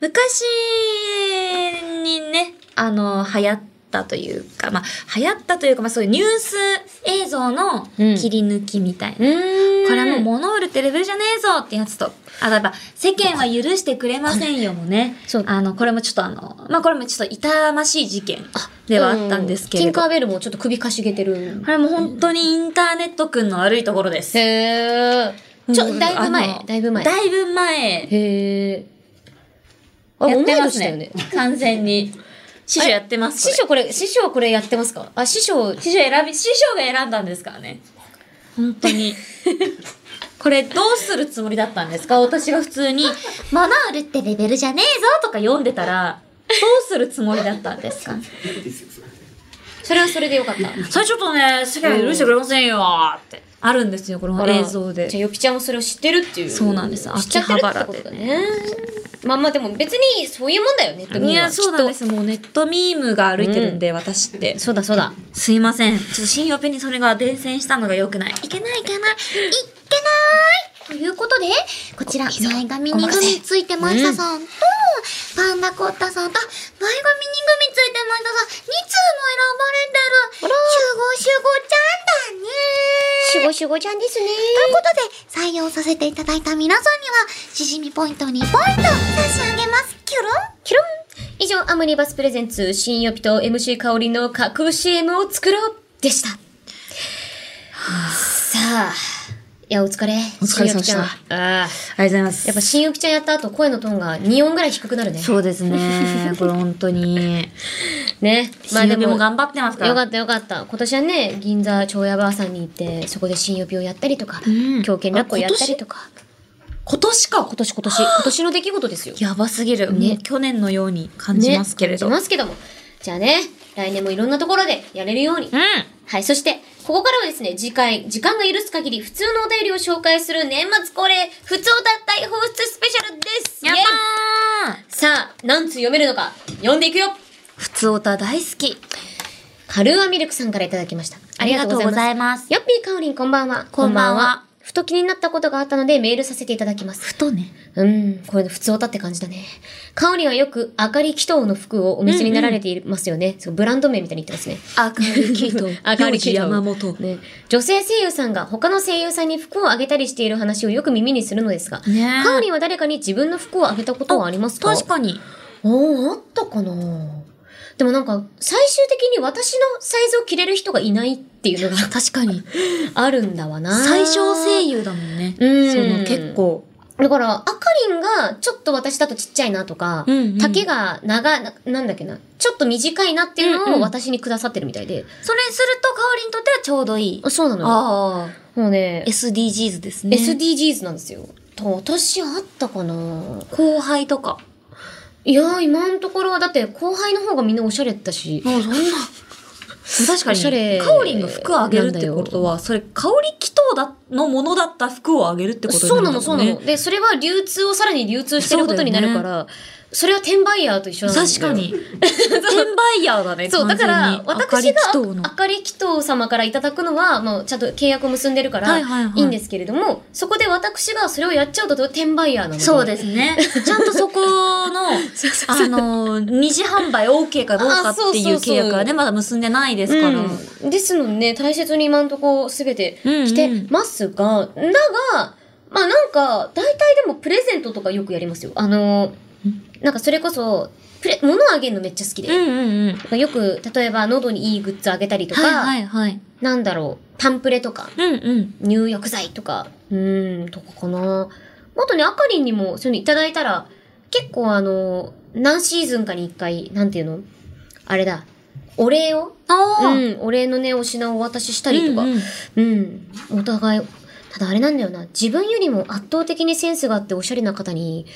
Speaker 3: 昔にね、あの、流行ったというか、まあ、流行ったというか、まあ、そういうニュース映像の
Speaker 2: うん
Speaker 3: 切り抜きみたいな。
Speaker 2: うーん
Speaker 3: これはもう物売るってレベルじゃねえぞってやつと、あとやっぱ世間は許してくれませんよもね
Speaker 2: そう、
Speaker 3: あの、これもちょっとあの、まあこれもちょっと痛ましい事件ではあったんですけれ
Speaker 2: うんティンカー
Speaker 3: ど、こ
Speaker 2: ベルもちょっと首かしげてる
Speaker 3: れも本当にインターネット君の悪いところです。
Speaker 2: へーちょだいぶ
Speaker 3: あ
Speaker 2: 前
Speaker 3: の
Speaker 2: だいぶ前
Speaker 3: だいぶ前。
Speaker 2: へえあ
Speaker 3: や
Speaker 2: 同
Speaker 3: っ
Speaker 2: い
Speaker 3: てま
Speaker 2: 年
Speaker 3: す
Speaker 2: だよね
Speaker 3: ね。完
Speaker 2: [laughs]
Speaker 3: 全に。師匠やってます。
Speaker 2: 師匠これ師匠これやってますかあ師匠
Speaker 3: [laughs] これ師匠選び、師匠が選んだんですからね。本当に。これどうするつもりだったんですか私が普通に、マナウルってレベルじゃねえぞとか読んでたら、どうするつもりだったんですか
Speaker 4: いいですよ、それ。
Speaker 2: それはそれでよかった。
Speaker 3: それちょっとね、世界許してくれませんよって。あるんですよ、この映像で
Speaker 2: じゃ。あ、よぴちゃんもそれを知ってるっていう。
Speaker 3: そうなんです
Speaker 2: 知っちゃってるってことだね。まあまあ、でも別にそういうもんだよね、ネット
Speaker 3: い
Speaker 2: 民は
Speaker 3: や、そうなんです。もうネットミームが歩いてるんで、私って。
Speaker 2: そうだそうだ。
Speaker 3: すいません。ちょっと新予ペにそれが伝染したのが良くない。いけないいけない。
Speaker 5: ということで、こちら、前髪に組ついてましたさんと、パンダコッタさんと、前髪に組ついてましたさん、2通も選ばれてる。集合集合ちゃんだね。
Speaker 2: 守護守護ちゃんですね。
Speaker 5: ということで、採用させていただいた皆さんには、しじみポイント2ポイント差し上げます。キュルン
Speaker 2: キュロン以上、アムニバスプレゼンツ、新予備と MC 香りの架空 CM を作ろうでした。さあ、いや、お疲れ。
Speaker 3: お疲れ様で
Speaker 2: 新
Speaker 3: した
Speaker 2: 予備ちゃんああ。
Speaker 3: ありがとうございます。
Speaker 2: やっぱ新予備ちゃんやった後、声のトーンが2音ぐらい低くなるね。
Speaker 3: そうですね。これ本当に。
Speaker 2: ね。
Speaker 3: まあでも頑張ってますから。
Speaker 2: よかったよかった。今年はね、銀座長屋ばあさんに行って、そこで新予備をやったりとか、
Speaker 3: ん
Speaker 2: 狂犬ラップをやったりとか。
Speaker 3: 今年か
Speaker 2: 今年今年、今年の出来事ですよ。
Speaker 3: やばすぎる。
Speaker 2: ね
Speaker 3: もう去年のように感じますけれど。
Speaker 2: ね感じますけども。じゃあね、来年もいろんなところでやれるように。
Speaker 3: うん。
Speaker 2: はい、そして、ここからはですね、次回、時間が許す限り、普通のお便りを紹介する年末恒例、普通おた大放出スペシャルです
Speaker 3: やっ
Speaker 2: イエイ
Speaker 3: ばー
Speaker 2: さあ、何通読めるのか、読んでいくよ
Speaker 3: 普通オタ大好き。
Speaker 2: カルーアミルクさんからいただきました。ありがとうございます。
Speaker 3: います。
Speaker 2: ヨッピーかおりんこんばんは。
Speaker 3: こんばんは
Speaker 2: ふと気になったことがあったのでメールさせていただきます。
Speaker 3: ふとね。
Speaker 2: うーん、これの普通オタって感じだね。かおりんはよく、あかり祈祷の服をお店になられていますよね。そうブランド名みたいに言ってますね。
Speaker 3: 明るき [laughs] と
Speaker 2: 明るきと
Speaker 3: 山本。
Speaker 2: ね、女性声優さんが他の声優さんに服をあげたりしている話をよく耳にするのですが、
Speaker 3: ねえ
Speaker 2: かおりんは誰かに自分の服をあげたことはありますか
Speaker 3: 確かに。
Speaker 2: おーあったかなでもなんか、最終的に私のサイズを着れる人がいないっていうのが
Speaker 3: 確かに。
Speaker 2: [laughs] あるんだわな。
Speaker 3: 最小声優だもんね。
Speaker 2: うん
Speaker 3: その結構。
Speaker 2: だから、あかりんがちょっと私だとちっちゃいなとか、
Speaker 3: うんうん
Speaker 2: 丈が長いな、なんだっけな、ちょっと短いなっていう
Speaker 3: うん
Speaker 2: の
Speaker 3: う
Speaker 2: を
Speaker 3: ん
Speaker 2: 私にくださってるみたいで。
Speaker 3: それすると、かおりにとってはちょうどいい
Speaker 2: あ。そうなのよ。
Speaker 3: ああ。
Speaker 2: もうね、
Speaker 3: SDGs ですね。
Speaker 2: SDGs なんですよ。と私あったかな
Speaker 3: 後輩とか。
Speaker 2: いやー、今のところはだって後輩の方がみんなおしゃれだし。
Speaker 3: もうそんな。確か
Speaker 2: おしゃれ
Speaker 3: に、カオリンが服をあげるってことは、それ、カオリ祈祷だのものだった服をあげるってことに
Speaker 2: そう
Speaker 3: なる
Speaker 2: なん
Speaker 3: だ
Speaker 2: の、そ
Speaker 3: も
Speaker 2: うんな
Speaker 3: ね
Speaker 2: の。で、それは流通をさらに流通してることになるから、それは転売ヤーと一緒なんだよ
Speaker 3: 確 [laughs] か。に。転売ヤーだね、
Speaker 2: そう、だから、
Speaker 3: 完
Speaker 2: 私
Speaker 3: 全に
Speaker 2: が
Speaker 3: 明かり祈祷、
Speaker 2: あ
Speaker 3: の。
Speaker 2: かり祈祷様からいただくのは、もうちゃんと契約を結んでるから、
Speaker 3: はい
Speaker 2: い
Speaker 3: はいはい
Speaker 2: いんですけれども、そこで私がそれをやっちゃうと転売ヤーなので。
Speaker 3: そうですね。ちゃん [laughs] とそこの、あの、二次販売 OK かどうかっていう契約
Speaker 2: あ
Speaker 3: は
Speaker 2: そうそうそ
Speaker 3: ね、
Speaker 2: う
Speaker 3: まだ結んでないですから。
Speaker 2: うん、ですのでね大切に今んとこ全て
Speaker 3: うんうん
Speaker 2: 来てますが、だがまあなんか大体でもプレゼントとかよくやりますよあのなんかそれこそプレ物あげるのめっちゃ好きで、
Speaker 3: うんうんうん。
Speaker 2: よく例えば喉にいいグッズあげたりとか、
Speaker 3: はいはいはい。
Speaker 2: なんだろうパンプレとか
Speaker 3: うんうん。
Speaker 2: 入浴剤とかうんとかかなあとねあかりんにもそういうのいただいたら結構あの何シーズンかに一回なんていうのあれだお礼を
Speaker 3: ああ。
Speaker 2: うん、お礼のね、お品をお渡ししたりとか、
Speaker 3: う
Speaker 2: うんん、
Speaker 3: うん
Speaker 2: お互い、ただあれなんだよな、自分よりも圧倒的にセンスがあっておしゃれな方に、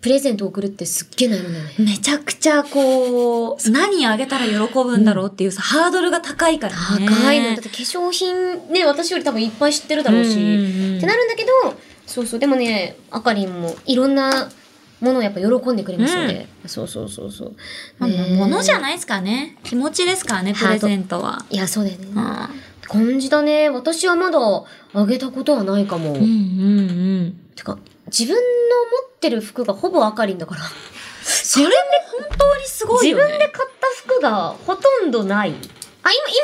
Speaker 2: プレゼントを送るってすっげえ悩むんだよね。
Speaker 3: めちゃくちゃこう、何あげたら喜ぶんだろうっていうさ、ハードルが高いからね。
Speaker 2: 高いのよ。だって化粧品ね、私より多分いっぱい知ってるだろうし、
Speaker 3: うんうんうん
Speaker 2: ってなるんだけど、そうそう、でもね、あかりんもいろんなものをやっぱ喜んでくれますので、そうそうそうそう。
Speaker 3: まあ
Speaker 2: ねえ
Speaker 3: 物じゃないですからね。気持ちですからね、プ
Speaker 2: ハー
Speaker 3: レ
Speaker 2: ト
Speaker 3: ゼントは。
Speaker 2: いや、そうだよね。
Speaker 3: あ
Speaker 2: 感じだね。私はまだあげたことはないかも。
Speaker 3: うんうんうん。
Speaker 2: てか、自分の持ってる服がほぼあかりんだから。
Speaker 3: [laughs] それも本当にすごい
Speaker 2: 自
Speaker 3: よね。
Speaker 2: 分で買った服がほとんどない。あ、今、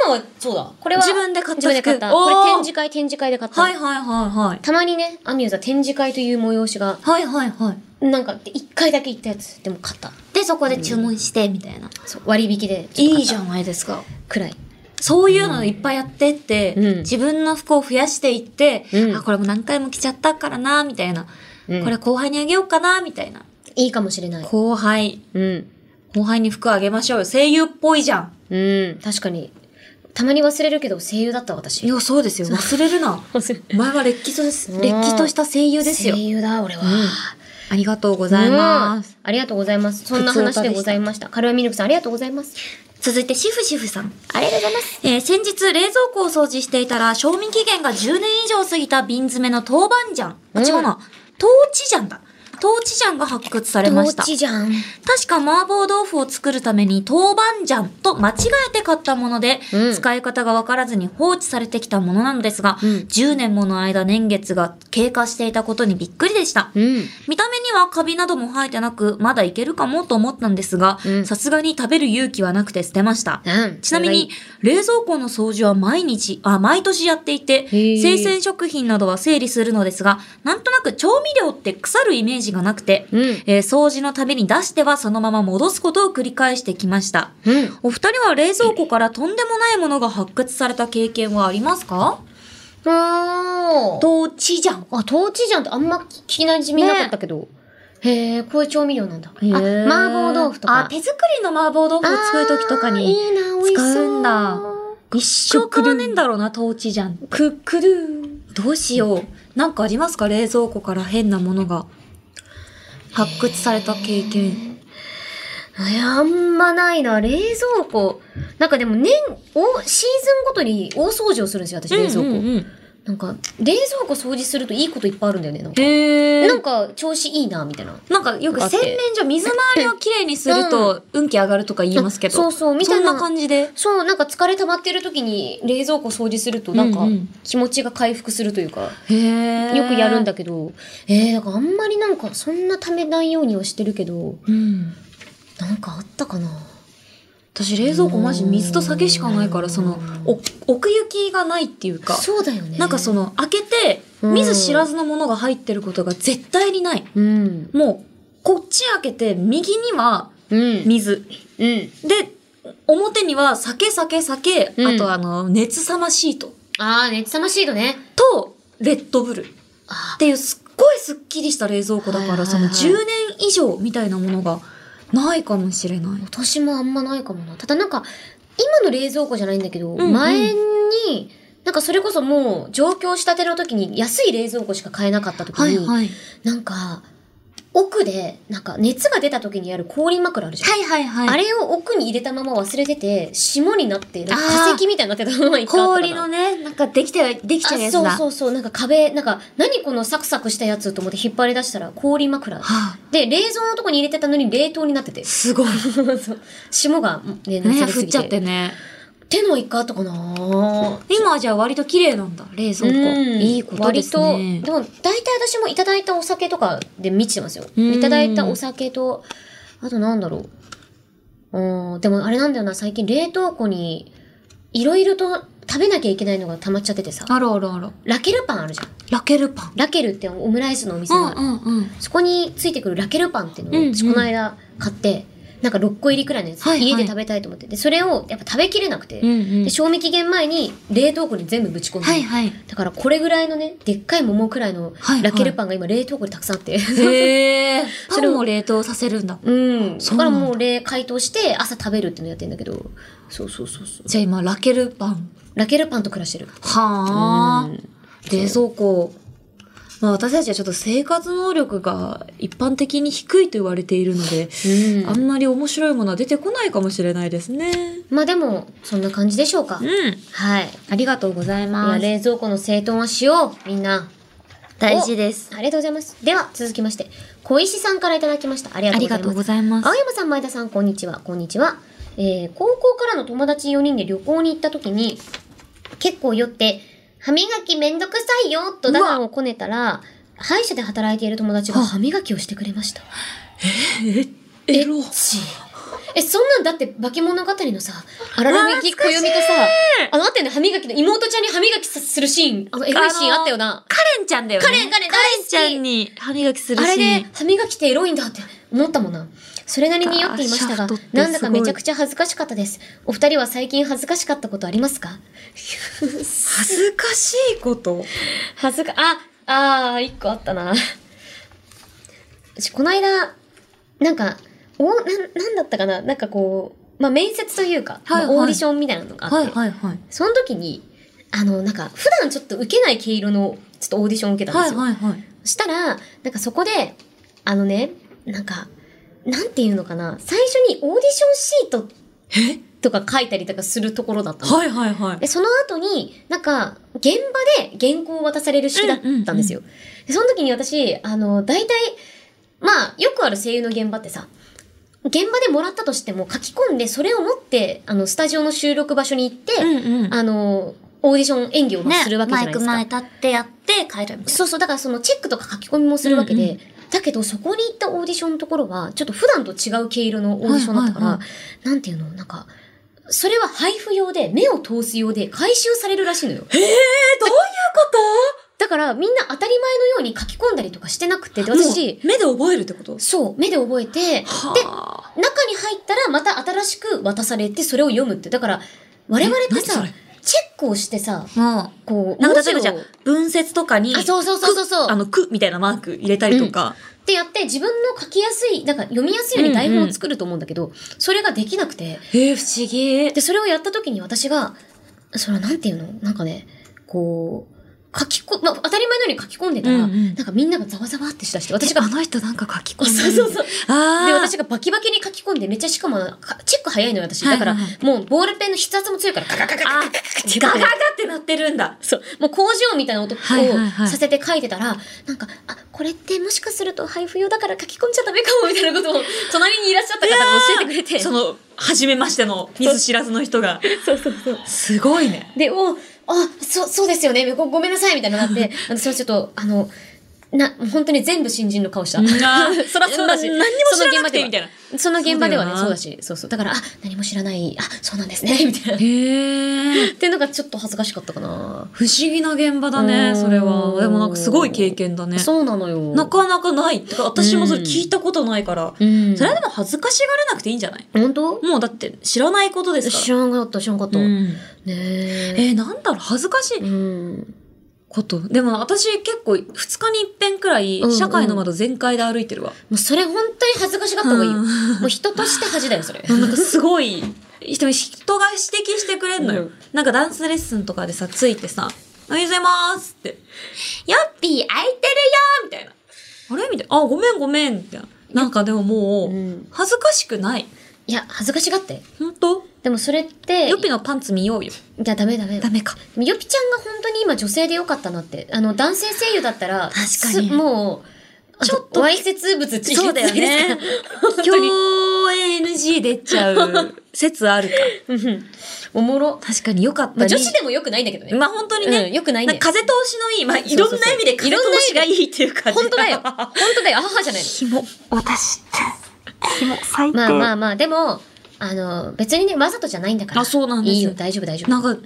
Speaker 2: 今はそうだ。これは。
Speaker 3: 自分で買った
Speaker 2: 自
Speaker 3: 服
Speaker 2: 分で買った。
Speaker 3: お
Speaker 2: こ
Speaker 3: ー
Speaker 2: れ展示会、展示会で買った。
Speaker 3: はいはいはいはい。
Speaker 2: たまにね、アミューズは展示会という催しが、
Speaker 3: はいはいはい。
Speaker 2: なんか、一回だけ行ったやつ。でも買った。
Speaker 3: で、そこで注文して、みたいな。
Speaker 2: そう割引で。
Speaker 3: いいじゃないですか。
Speaker 2: くらい。
Speaker 3: そういうのいっぱいやってって、
Speaker 2: うん
Speaker 3: 自分の服を増やしていって、
Speaker 2: うん
Speaker 3: あ、これも何回も着ちゃったからな、みたいな。
Speaker 2: うん
Speaker 3: これ後輩にあげようかな、みたいな。
Speaker 2: いいかもしれない。
Speaker 3: 後輩、
Speaker 2: うん。
Speaker 3: 後輩に服あげましょうよ。声優っぽいじゃん。
Speaker 2: うん。確かに。たまに忘れるけど声優だった私。
Speaker 3: いや、そうですよ。忘れるな。
Speaker 2: 忘れ
Speaker 3: [laughs] お前はれっきと、れっ
Speaker 2: うん
Speaker 3: きとした声優ですよ
Speaker 2: 声。優だ、俺は。
Speaker 3: ありがとうございます。
Speaker 2: うん。ありがとうございます。そんな話でございました。カルアミルクさん、ありがとうございます。
Speaker 3: 続いて、シフシフさん。ありがとうございます。えー先日、冷蔵庫を掃除していたら、賞味期限が10年以上過ぎた瓶詰めの豆板醤。あ、
Speaker 2: うん
Speaker 3: 違うな。豆チ醤だ。豆チ醤が発掘されました。
Speaker 2: ちじゃん。
Speaker 3: 確か麻婆豆腐を作るために豆板醤と間違えて買ったもので、
Speaker 2: うん
Speaker 3: 使い方が分からずに放置されてきたものなのですが、
Speaker 2: うん
Speaker 3: 10年もの間年月が経過していたことにびっくりでした。
Speaker 2: うん。
Speaker 3: 見た目にはカビなども生えてなく、まだいけるかもと思ったんですが
Speaker 2: うん、
Speaker 3: さすがに食べる勇気はなくて捨てました。
Speaker 2: うん
Speaker 3: ちなみに、冷蔵庫の掃除は毎日、あ、毎年やっていて、
Speaker 2: ー
Speaker 3: 生鮮食品などは整理するのですが、なんとなく調味料って腐るイメージがなくて、
Speaker 2: うん
Speaker 3: えー掃除のために出してはそのまま戻すことを繰り返してきました。
Speaker 2: うん。
Speaker 3: お二人は冷蔵庫からとんでもないものが発掘された経験はありますか
Speaker 2: おー。
Speaker 3: どっちじゃん。
Speaker 2: あ、トーチじゃんってあんま聞きなじみなかったけど。へえ、こういう調味料なんだ。あ、麻婆豆腐とか。
Speaker 3: あ、手作りの麻婆豆腐を作るときとか
Speaker 2: あーい
Speaker 3: に
Speaker 2: いな、美味しそう。
Speaker 3: 使うんだ。一生買わねえんだろうな、トーチじゃん。
Speaker 2: クックルー。
Speaker 3: どうしよう。なんかありますか冷蔵庫から変なものが。発掘された経験。
Speaker 2: え、あんまないな。冷蔵庫。なんかでも年、お、シーズンごとに大掃除をするんですよ、私、冷蔵庫。
Speaker 3: 庫。
Speaker 2: なんか、冷蔵庫掃除するといいこといっぱいあるんだよね。なんか、
Speaker 3: へえ
Speaker 2: な。んか調子いいな、みたいな。
Speaker 3: なんかよく
Speaker 2: あって
Speaker 3: 洗面所、水回りをきれいにすると運気上がるとか言いますけど。
Speaker 2: そうそうみたいな
Speaker 3: そんな感じで。
Speaker 2: そう、なんか疲れ溜まってる時に冷蔵庫掃除すると、なんか
Speaker 3: うんうん
Speaker 2: 気持ちが回復するというか、
Speaker 3: へえ
Speaker 2: よくやるんだけど、えー、なんかあんまりなんかそんなためないようにはしてるけど、
Speaker 3: うん。
Speaker 2: なんかあったかな
Speaker 3: 私冷蔵庫マジ水と酒しかないから、その、お奥行きがないっていうか。
Speaker 2: そうだよね。
Speaker 3: なんかそ、の、開けて、
Speaker 2: うん
Speaker 3: 見ず知らずのものが入ってることが絶対にない。
Speaker 2: うん。
Speaker 3: もう、こっち開けて、右には
Speaker 2: うん。
Speaker 3: 水。
Speaker 2: うん。
Speaker 3: で、表には酒酒酒、
Speaker 2: うん
Speaker 3: あとあの、熱さまシート
Speaker 2: あー、熱さまシートね。
Speaker 3: と、レッドブルっ
Speaker 2: あ
Speaker 3: ていうすっごいすっきりした冷蔵庫だから、
Speaker 2: はいはいはい
Speaker 3: その10年以上みたいなものがないかもしれない。
Speaker 2: 私もあんまないかもな。ただなんか、今の冷蔵庫じゃないんだけど、
Speaker 3: うん
Speaker 2: 前に、なんかそれこそもう上京したての時に安い冷蔵庫しか買えなかった時に、
Speaker 3: い。
Speaker 2: なんか、奥で、なんか熱が出た時にやる氷枕あるじゃん。
Speaker 3: はいはいはい。
Speaker 2: あれを奥に入れたまま忘れてて、霜になって、なんか
Speaker 3: あー
Speaker 2: 化石みたいになってたまま一回あったかな
Speaker 3: 氷のね、なんかできて、できちゃうや
Speaker 2: あ
Speaker 3: つ
Speaker 2: そう
Speaker 3: だ。
Speaker 2: そうそう、なんか壁、なんか、何このサクサクしたやつと思って引っ張り出したら氷枕。
Speaker 3: はあ、
Speaker 2: で、冷蔵のとこに入れてたのに冷凍になってて。
Speaker 3: すごい。
Speaker 2: そう霜が、ね、
Speaker 3: ね、
Speaker 2: 夏
Speaker 3: 降っちゃってね。
Speaker 2: 手の一回あったかな
Speaker 3: 今はじゃあ割と綺麗なんだ、冷蔵庫。
Speaker 2: うん
Speaker 3: いいことです
Speaker 2: 割。
Speaker 3: ね
Speaker 2: と、でも大体私もいただいたお酒とかで満ちてますよ。
Speaker 3: うん
Speaker 2: いただいたお酒と、あとなんだろう。うん、でもあれなんだよな、最近冷凍庫に、いろいろと食べなきゃいけないのが溜まっちゃっててさ。
Speaker 3: あらあらあら。
Speaker 2: ラケルパンあるじゃん。
Speaker 3: ラケルパン。
Speaker 2: ラケルってオムライスのお店
Speaker 3: う
Speaker 2: があ
Speaker 3: ん
Speaker 2: る。
Speaker 3: うんうん。
Speaker 2: そこについてくるラケルパンっていうのを、
Speaker 3: うんうん
Speaker 2: 私この間買って、なんか6個入りくらいのやつ、
Speaker 3: はいはい
Speaker 2: 家で食べたいと思って。で、それをやっぱ食べきれなくて、
Speaker 3: うんうん
Speaker 2: で、賞味期限前に冷凍庫に全部ぶち込んで、
Speaker 3: はいはい。
Speaker 2: だからこれぐらいのね、でっかい桃くらいの
Speaker 3: はいはい
Speaker 2: ラケルパンが今冷凍庫にたくさんあって。
Speaker 3: へ [laughs] え。
Speaker 2: そ
Speaker 3: パ
Speaker 2: れ
Speaker 3: ン
Speaker 2: を
Speaker 3: も冷凍させるんだ。
Speaker 2: うん。
Speaker 3: そ
Speaker 2: だ
Speaker 3: う
Speaker 2: か
Speaker 3: な
Speaker 2: ら
Speaker 3: んだ
Speaker 2: もう冷解凍して朝食べるっていうのやってんだけど。そうそうそうそう。
Speaker 3: じゃあ今、ラケルパン。
Speaker 2: ラケルパンと暮らしてる。
Speaker 3: は
Speaker 2: う
Speaker 3: あ
Speaker 2: ん。
Speaker 3: 冷蔵庫。まあ私たちはちょっと生活能力が一般的に低いと言われているので、
Speaker 2: うん
Speaker 3: あんまり面白いものは出てこないかもしれないですね。
Speaker 2: まあでも、そんな感じでしょうか。
Speaker 3: うん。
Speaker 2: はい。
Speaker 3: ありがとうござい
Speaker 2: いや、
Speaker 3: ます。
Speaker 2: 冷蔵庫の整頓はしよう、みんな。
Speaker 3: 大事です。
Speaker 2: ありがとうございます。では、続きまして、小石さんからいただきました。ありが
Speaker 3: あ
Speaker 2: とう
Speaker 3: り
Speaker 2: ござ
Speaker 3: が
Speaker 2: い
Speaker 3: と
Speaker 2: ます
Speaker 3: うご。ざいます
Speaker 2: 青。山さん、前田さん、こんにちは。こんにちは。えー、高校からの友達4人で旅行に行った時に、結構酔って、歯磨きめんどくさいよ、とダダンをこねたら、歯医者で働いている友達が歯磨きをしてくれました。
Speaker 3: エロ。
Speaker 2: ちえ、そんなんだって、化け物語のさ、荒波き小読みとさ、あの、あったよね、歯磨きの、妹ちゃんに歯磨きさするシーン、あの、エロいシーンあったよな。
Speaker 3: カレンちゃんだよね。
Speaker 2: カレンカレン
Speaker 3: カレンちゃんに歯磨きする
Speaker 2: あ
Speaker 3: シーン。
Speaker 2: れで歯磨きってエロいんだって思ったもんな。それなりに酔っていました
Speaker 3: あーシ
Speaker 2: が
Speaker 3: ャフトってす、ごい
Speaker 2: なんだかめちゃくちゃ恥ずかしかったです。お二人は最近恥ずかしかったことありますか
Speaker 3: 恥ずかしいこと。
Speaker 2: 恥ずか、あ、あー、一個あったな。私、この間、なんか、お、なん、なんだったかななんかこう、まあ面接というか、
Speaker 3: はいはい
Speaker 2: まあオーディションみたいなのがあって、
Speaker 3: はいはいはい。
Speaker 2: その時に、あの、なんか、普段ちょっと受けない毛色の、ちょっとオーディションを受けたんで
Speaker 3: は
Speaker 2: す
Speaker 3: い
Speaker 2: よ。
Speaker 3: はいはい。
Speaker 2: したら、なんかそこで、あのね、なんか、なんていうのかな、最初にオーディションシート
Speaker 3: え
Speaker 2: とか書いたりとかするところだったの。
Speaker 3: はいはいはい。
Speaker 2: で、その後に、なんか、現場で原稿を渡される式だったんですよ。で、その時に私、あの、大体、まあ、よくある声優の現場ってさ、現場でもらったとしても書き込んで、それを持って、あの、スタジオの収録場所に行って、
Speaker 3: うんう
Speaker 2: あの、オーディション演技を
Speaker 5: ね
Speaker 2: するわけじゃな
Speaker 5: マ
Speaker 2: い
Speaker 5: イ
Speaker 2: で
Speaker 5: ク
Speaker 2: すか。
Speaker 5: 前立ってやって帰るみたい
Speaker 2: そうそう、だからそのチェックとか書き込みもするわけで、
Speaker 3: うんう
Speaker 2: だけどそこに行ったオーディションのところは、ちょっと普段と違う毛色のオーディションだったから、
Speaker 3: はいは
Speaker 2: なんていうのなんか、それは配布用で、目を通す用で回収されるらしいのよ。
Speaker 3: どういうこ
Speaker 2: だからみんな当たり前のように書き込んだりとかしてなくて、で
Speaker 3: と
Speaker 2: 私、
Speaker 3: 目で覚えるってこと
Speaker 2: そう、目で覚えて、
Speaker 3: は
Speaker 2: 中に入ったらまた新しく渡されて、それを読むって。だから、我々って
Speaker 3: え
Speaker 2: さ
Speaker 3: 何それ、
Speaker 2: チェックをしてさ、
Speaker 3: で、も
Speaker 2: こ
Speaker 3: う、
Speaker 2: う、
Speaker 3: なんか
Speaker 2: 文
Speaker 3: 例
Speaker 2: 字
Speaker 3: え
Speaker 2: を
Speaker 3: ばじゃあ、文節とかに、
Speaker 2: あそうそうそうそうそう
Speaker 3: くあの、くみたいなマーク入れたりとか。
Speaker 2: ってやって自分の書きやすい、なんか読みやすいように台本を作ると思うんだけど、それができなくて、
Speaker 3: えー、不思議。
Speaker 2: で、それをやった時に私が、それはなんていうのなんかね、こう、書きこ、まあ、当たり前のように書き込んでたら、
Speaker 3: うんうん
Speaker 2: なんかみんながざわざわってしだして、私
Speaker 3: 私が
Speaker 2: が、
Speaker 3: あの人なんか書き込んで。
Speaker 2: そうそうそうう。
Speaker 3: ああ。
Speaker 2: で、私がバキバキに書き込んで、めっちゃしかも、かチェック早いのよ、私。だから、
Speaker 3: はいはい
Speaker 2: もうボールペンの筆圧も強いから、カカカカカ
Speaker 3: あ
Speaker 2: カカって
Speaker 3: ガガガってなってるんだ。
Speaker 2: そう。もう工場みたいな音を
Speaker 3: はいはいはい
Speaker 2: させて書いてたら、なんか、あ、これってもしかすると配布用だから書き込んじゃダメかも、みたいなことを、隣にいらっしゃった方が教えてくれて。
Speaker 3: その、初めましての、見ず知らずの人が。
Speaker 2: そうそうそう。
Speaker 3: すごいね。
Speaker 2: で、お、あ、そ、そうですよね。ごごめんなさい、みたいになって、あの、それちょっと、あの、な、本当に全部新人の顔した。
Speaker 3: あ [laughs] ーそらそうだし
Speaker 2: な
Speaker 3: 何にも知らなくてみたいな。
Speaker 2: その現場ではその現場ではね、
Speaker 3: そうだよな
Speaker 2: そうだし、そうそう。だから、あ、何も知らない、あ、そうなんですね、 [laughs] みたいな。っ
Speaker 3: へえ。
Speaker 2: ていうのがちょっと恥ずかしかったかな。
Speaker 3: 不思議な現場だね、それは。でもなんかすごい経験だね。
Speaker 2: そうなのよ。
Speaker 3: なかなかない。てか私もそれ聞いたことないから。
Speaker 2: うん。
Speaker 3: それはでも恥ずかしがらなくていいんじゃない
Speaker 2: 本当
Speaker 3: もうだって知らないことですから。
Speaker 2: 知らんかった、知らんかった。ね
Speaker 3: うん
Speaker 2: え。
Speaker 3: えー、なんだろう、恥ずかしい
Speaker 2: うん。
Speaker 3: こと。でも私結構2日に一遍くらい
Speaker 2: うんうん
Speaker 3: 社会の窓全開で歩いてるわ。
Speaker 2: もうそれ本当に恥ずかしがった方がいいよ。
Speaker 3: うん
Speaker 2: もう人として恥だよ、それ。
Speaker 3: なんかすごい、人人が指摘してくれんのよ。
Speaker 2: うん
Speaker 3: なんかダンスレッスンとかでさ、ついてさ、おはようございますって。
Speaker 5: な。よっぴー、開いてる
Speaker 3: みたいな。あれみたいな。あ、ごめんごめん。みたいな。なんかでもも
Speaker 2: う
Speaker 3: う、
Speaker 2: ん
Speaker 3: 恥ずかしくない。
Speaker 2: いや、恥ずかしがって。
Speaker 3: ほんと
Speaker 2: でもそれって、
Speaker 3: ヨピのパンツ見ようよ。
Speaker 2: いや、ダメダメ。
Speaker 3: ダメか。
Speaker 2: でもヨピちゃんが本当に今女性でよかったなって。あの、男性声優だったら、
Speaker 3: 確かに
Speaker 2: すもう、
Speaker 3: ちょっ
Speaker 2: と、わいせつ物ち
Speaker 3: そうだよね。共演 NG 出ちゃう説あるか。
Speaker 2: おもろ。
Speaker 3: 確かに良かった、ね
Speaker 2: まあ、女子でもよくないんだけどね。
Speaker 3: まあ本当にね、
Speaker 2: うん良くないね
Speaker 3: んか風通しのいい、まあいろんな意味で風通しがいいっていう感じ。
Speaker 2: 本当
Speaker 3: [laughs]
Speaker 2: だよ。本当だよ。あははじゃないの。
Speaker 3: ひも。
Speaker 5: 私って、も最
Speaker 2: まあまあまあ、でも、あの、別にね、わざとじゃないんだから。
Speaker 3: あそうなんですよ
Speaker 2: いいよ、大丈夫大丈夫。
Speaker 3: なんか、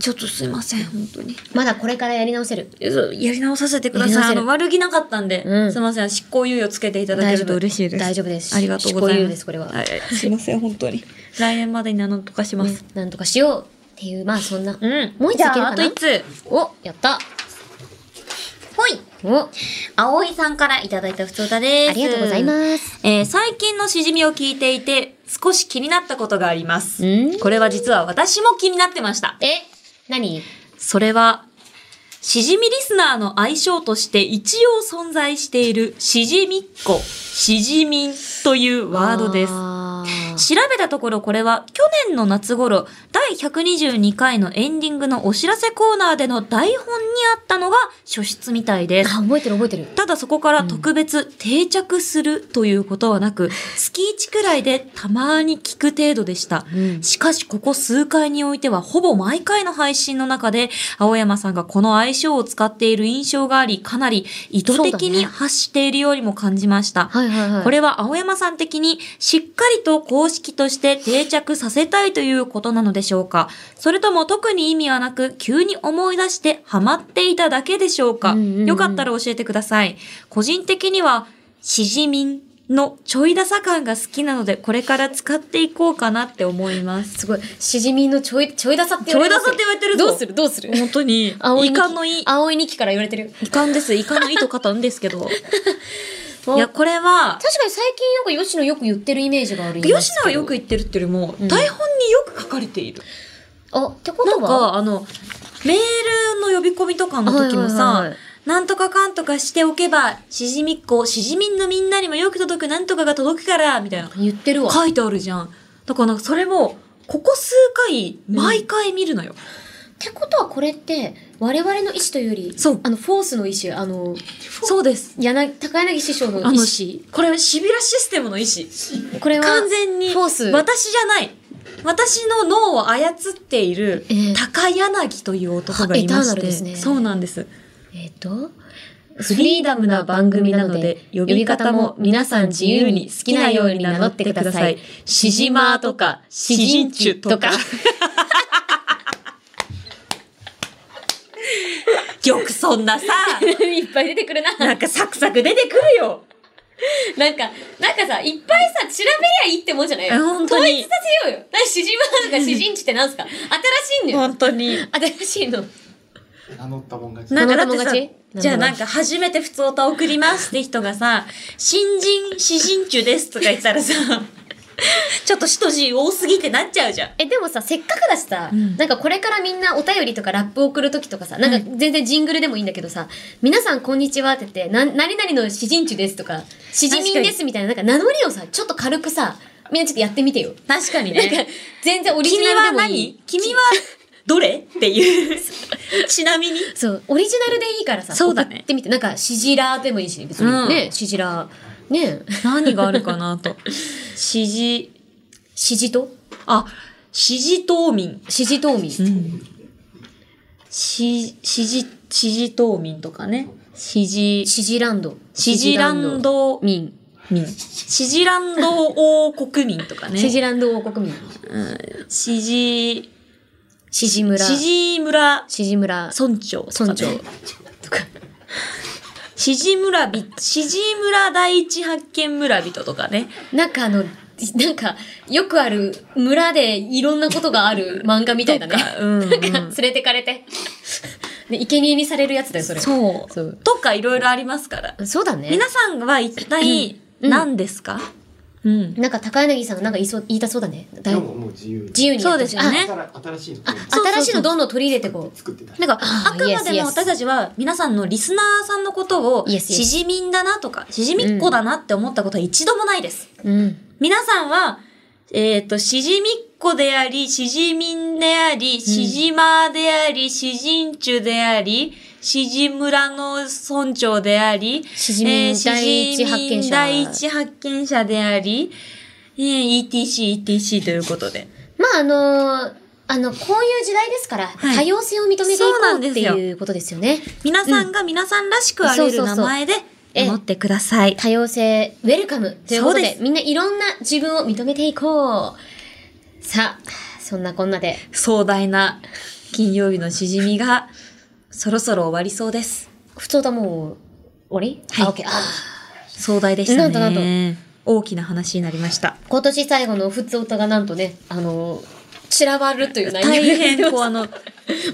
Speaker 3: ちょっとすいません、本当に。
Speaker 2: まだこれからやり直せる。
Speaker 3: そうやり直させてくだ
Speaker 2: やり
Speaker 3: さ
Speaker 2: 直
Speaker 3: い。あ
Speaker 2: せる
Speaker 3: の、悪気なかったんで、
Speaker 2: うん
Speaker 3: すいません、執行猶予つけていただけると嬉しいです。
Speaker 2: 大丈夫です
Speaker 3: ありがとうございま
Speaker 2: 執
Speaker 3: す。
Speaker 2: 行猶予ですこれはい
Speaker 3: いすいません、本当に。 [laughs] 来年までになんとかします。
Speaker 2: なんとかしようっていう、まあそんな。
Speaker 3: うん
Speaker 2: もう一つ
Speaker 3: じゃ
Speaker 2: いけるか
Speaker 3: あ、あ
Speaker 2: な
Speaker 3: と一つ。
Speaker 2: お、やった。
Speaker 3: ほい。
Speaker 2: お、
Speaker 3: 葵さんからいただいた普通歌です。
Speaker 2: ありがとうございます。
Speaker 3: えー最近のしじみを聞いていて、少し気になったことがあります。
Speaker 2: ん
Speaker 3: これは実は私も気になってました。
Speaker 2: え、何
Speaker 3: それは、しじみリスナーの愛称として一応存在しているしじみっこ、しじみんというワードです。
Speaker 2: あー
Speaker 3: 調べたところこれは去年の夏頃第122回のエンディングのお知らせコーナーでの台本にあったのが初出みたいです。
Speaker 2: あ、覚えてる覚えてる。
Speaker 3: ただそこから特別定着するということはなく、月1くらいでたまに聞く程度でした。
Speaker 2: うん
Speaker 3: しかしここ数回においてはほぼ毎回の配信の中で、青山さんがこの愛称を使っている印象があり、かなり意図的
Speaker 2: そうだ
Speaker 3: に
Speaker 2: ね
Speaker 3: 発しているようにも感じました。
Speaker 2: はいはいはい。
Speaker 3: これは青山さん的にしっかりと公式として定着させたいということなのでしょうかそれとも特に意味はなく急に思い出してハマっていただけでしょうか、
Speaker 2: うんうんうん
Speaker 3: よかったら教えてください。個人的にはしじみんのちょいダサ感が好きなのでこれから使っていこうかなって思います。
Speaker 2: すごい、しじみのちょい、ちょいださって言われます
Speaker 3: ちょいダサって言われてるぞ
Speaker 2: どうするどうする
Speaker 3: 本当に、遺
Speaker 2: 葵に
Speaker 3: 憾のいい。
Speaker 2: 葵にきから言われてる。
Speaker 3: 遺憾です。遺憾のいと方んですけど。
Speaker 2: あ
Speaker 3: いや、これは、
Speaker 2: 確かに最近なんか吉野よく言ってるイメージがある
Speaker 3: 吉野はよく言ってるっていうよりも、
Speaker 2: ん
Speaker 3: 台本によく書かれている。
Speaker 2: あ、ってこ
Speaker 3: なん
Speaker 2: とは
Speaker 3: か、あの、メールの呼び込みとかの時もさ、
Speaker 2: はいはいはい
Speaker 3: なんとかかんとかしておけば、しじみっこ、しじみんのみんなにもよく届くなんとかが届くから、みたいな。
Speaker 2: 言ってるわ。
Speaker 3: 書いてあるじゃん。だからなんかそれも、ここ数回、毎回見るのよ。
Speaker 2: ってことはこれって、我々の意思というより、
Speaker 3: そう
Speaker 2: あの、フォースの意思、あの、
Speaker 3: そうです。
Speaker 2: 柳、高柳師匠の意
Speaker 3: あ
Speaker 2: 思
Speaker 3: の、。しこれはシビラシステムの意思。
Speaker 2: これは、
Speaker 3: 完全に、
Speaker 2: フォース。
Speaker 3: 私じゃない。私の脳を操っている
Speaker 2: ええ、
Speaker 3: 高柳という男がいま
Speaker 2: エターナ
Speaker 3: し
Speaker 2: ル
Speaker 3: て、
Speaker 2: ですね
Speaker 3: そうなんです。
Speaker 2: えっ、と、
Speaker 3: フリーダムな番組なので、呼び方も皆さん自由に好きなように名乗ってください。シジマーとか、シジンチュとか。よくそんなさ、
Speaker 2: [laughs] いっぱい出てくるな。
Speaker 3: [laughs] なんかサクサク出てくるよ。
Speaker 2: なんか、なんかさ、いっぱいさ、調べりゃいいってもんじゃないよ。
Speaker 3: え本当に
Speaker 2: 統一させようよ。何、詩人はなんか詩人地ってなんすか新しいのよ。
Speaker 3: 本当に。
Speaker 2: 新しいの。
Speaker 4: 名乗ったもん勝ち。
Speaker 3: なんかだっ
Speaker 2: 七友勝
Speaker 3: て
Speaker 2: ち
Speaker 3: さ、じゃあなんか初めて普通歌送りますって人がさ、新人、詩人中ですとか言ったらさ、 [laughs] ちょっと一字多すぎってなっちゃうじゃん。
Speaker 2: え、でもさ、せっかくだしさ、
Speaker 3: ん
Speaker 2: なんかこれからみんなお便りとかラップ送るときとかさ、なんか全然ジングルでもいいんだけどさ、皆さんこんにちはって言って、な、何々の詩人中ですとか、詩人民ですみたいな、なんか名乗りをさ、ちょっと軽くさ、みんなちょっとやってみてよ。
Speaker 3: 確かに
Speaker 2: なんか
Speaker 3: ね。、
Speaker 2: 全然オリジ
Speaker 3: 君
Speaker 2: ナ
Speaker 3: は
Speaker 2: ルでもいい
Speaker 3: 何。君はどれっていう。 [laughs] ちなみに。
Speaker 2: そう、オリジナルでいいからさ、
Speaker 3: そうだね
Speaker 2: 送ってみて、なんか、シジラーでもいいし、別に。
Speaker 3: うん
Speaker 2: ね、シジラー。ね、
Speaker 3: 何があるかなと。詩人、
Speaker 2: シジと
Speaker 3: あ、詩人島民。
Speaker 2: シジトウミ。
Speaker 3: 詩、詩人、詩人島民とかね。詩人、
Speaker 2: シジランド。
Speaker 3: 詩人ランド
Speaker 2: 民。
Speaker 3: 民。詩人ランド王国民とかね。
Speaker 2: シジランド王国民。
Speaker 3: シジ、
Speaker 2: シジ村。
Speaker 3: シジ村
Speaker 2: シジ村。
Speaker 3: 村長とか
Speaker 2: 村
Speaker 3: ね
Speaker 2: 長。とか。
Speaker 3: シジ村び、シジ村第一発見村人とかね。
Speaker 2: なんかあの、なんか、よくある、村でいろんなことがある漫画みたいだね。
Speaker 3: とかうんうん
Speaker 2: なんか、連れてかれて。で、生贄にされるやつだよ、それ。そ
Speaker 3: そう。
Speaker 2: そう
Speaker 3: とかいろいろありますから。
Speaker 2: うだね。
Speaker 3: 皆さんは一体
Speaker 2: うん
Speaker 3: 何ですかうん。
Speaker 2: なんか、高柳さんがなんか言いそう、言いたそうだね。だい
Speaker 4: でももう自由に。
Speaker 2: 自由にやってほしい
Speaker 3: そうですよね
Speaker 4: 新新しいの
Speaker 2: あ新しいのどんどん取り入れてこう。
Speaker 4: 作ってたい。
Speaker 3: なんか、
Speaker 2: あ
Speaker 3: あくまで
Speaker 2: yes, yes
Speaker 3: も私たちは皆さんのリスナーさんのことを、
Speaker 2: Yes, yes
Speaker 3: しじみんだなとか、しじみっこだなって思ったことは一度もないです。
Speaker 2: うん。
Speaker 3: 皆さんは、えっ、と、しじみっこであり、しじみんであり、しじまであり、しじんちゅであり、しじ村の村長であり、
Speaker 2: しじみん
Speaker 3: えー
Speaker 2: 第一発見者
Speaker 3: しじみん第一発見者であり、えー ETC、ETC ということで。
Speaker 2: まあ、あのーあの、こういう時代ですから、
Speaker 3: はい
Speaker 2: 多様性を認めていこ
Speaker 3: そうなん
Speaker 2: う
Speaker 3: で
Speaker 2: っ
Speaker 3: す
Speaker 2: て
Speaker 3: よ
Speaker 2: いうことですよね。
Speaker 3: 皆さんが皆さんらしくあれ
Speaker 2: そ
Speaker 3: る
Speaker 2: うそう
Speaker 3: 名
Speaker 2: そう
Speaker 3: 前で、
Speaker 2: ええ
Speaker 3: 持ってください。
Speaker 2: 多様性、ウェルカムということ
Speaker 3: そう
Speaker 2: で、
Speaker 3: です
Speaker 2: みんないろんな自分を認めていこう。さあ、そんなこんなで。
Speaker 3: 壮大な金曜日のしじみが、そろそろ終わりそうです。
Speaker 2: 普通だもう、終わり
Speaker 3: はい
Speaker 2: あ、オッケー。あ
Speaker 3: 壮大でしたね。
Speaker 2: なんとな
Speaker 3: 大きな話になりました。
Speaker 2: 今年最後の普通歌がなんとね、あのー散らばるという内容
Speaker 3: 大
Speaker 2: で
Speaker 3: 変こう
Speaker 2: [laughs]
Speaker 3: あの、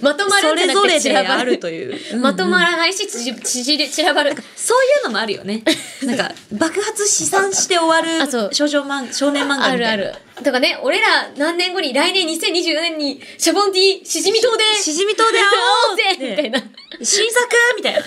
Speaker 2: まとまる
Speaker 3: そ
Speaker 2: んじゃ
Speaker 3: れ
Speaker 2: な
Speaker 3: ぞ
Speaker 2: くて
Speaker 3: れ
Speaker 2: 散
Speaker 3: で
Speaker 2: らばる
Speaker 3: あるという。
Speaker 2: まとまらないし、ちじ、ちじり、散らばる。
Speaker 3: そういうのもあるよね。なんか、爆発試算して終わ
Speaker 2: あそう
Speaker 3: る少女漫少年漫画
Speaker 2: あ
Speaker 3: み
Speaker 2: る
Speaker 3: た
Speaker 2: あ
Speaker 3: いな。
Speaker 2: る。とかね、俺ら何年後に、来年2024年に、シャボンディ、しじみ島で、
Speaker 3: しじみ島で会おう
Speaker 2: 会おうぜみたいな。
Speaker 3: 新作み
Speaker 2: [laughs]
Speaker 3: たいな。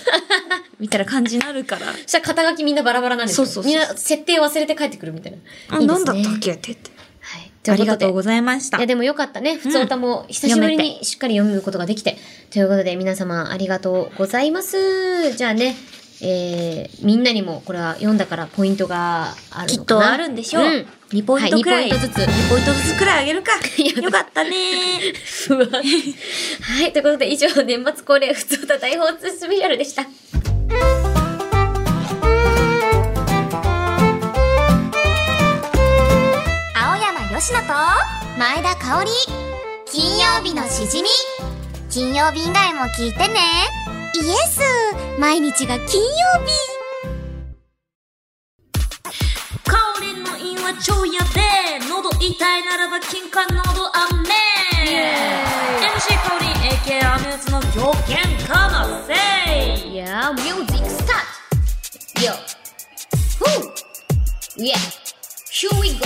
Speaker 3: みたいな感じになるから。
Speaker 2: そしたら肩書きみんなバラバラなんですよ
Speaker 3: そうそうそう
Speaker 2: みんな設定忘れて帰ってくるみたいな。
Speaker 3: あ、
Speaker 2: いいで
Speaker 3: な
Speaker 2: す
Speaker 3: ん
Speaker 2: ね
Speaker 3: だったっけって言って。
Speaker 2: はい。
Speaker 3: ありがとうご
Speaker 2: ざい
Speaker 3: ざいました
Speaker 2: いや。でもよかったね。普通歌も久しぶり
Speaker 3: 読め
Speaker 2: にしっかり読むことができて。ということで皆様ありがとうございます。じゃあね、えー、みんなにもこれは読んだからポイントがある
Speaker 3: きっ
Speaker 2: のか
Speaker 3: と
Speaker 2: な。
Speaker 3: あるんでしょう。
Speaker 2: うん
Speaker 3: 2ポイントくらい。
Speaker 2: はい二ポイントずつ [laughs]
Speaker 3: 2ポイントずつくらいあげるか。
Speaker 2: や
Speaker 3: よかったね
Speaker 2: 不安。はい。ということで以上、年末恒例普通歌大放出スペシャルでした。
Speaker 5: 青山よしと前田香織金曜日のしじみ金曜日以外も聞いてねイエス毎日が金曜日
Speaker 3: 香りの韻は超やべえ喉痛いならば金管喉アメ MC 香り AK アミューズの狂犬かませ
Speaker 2: いやー、ミュージックスタート !Yo!
Speaker 5: フ
Speaker 2: Yeah, here we go!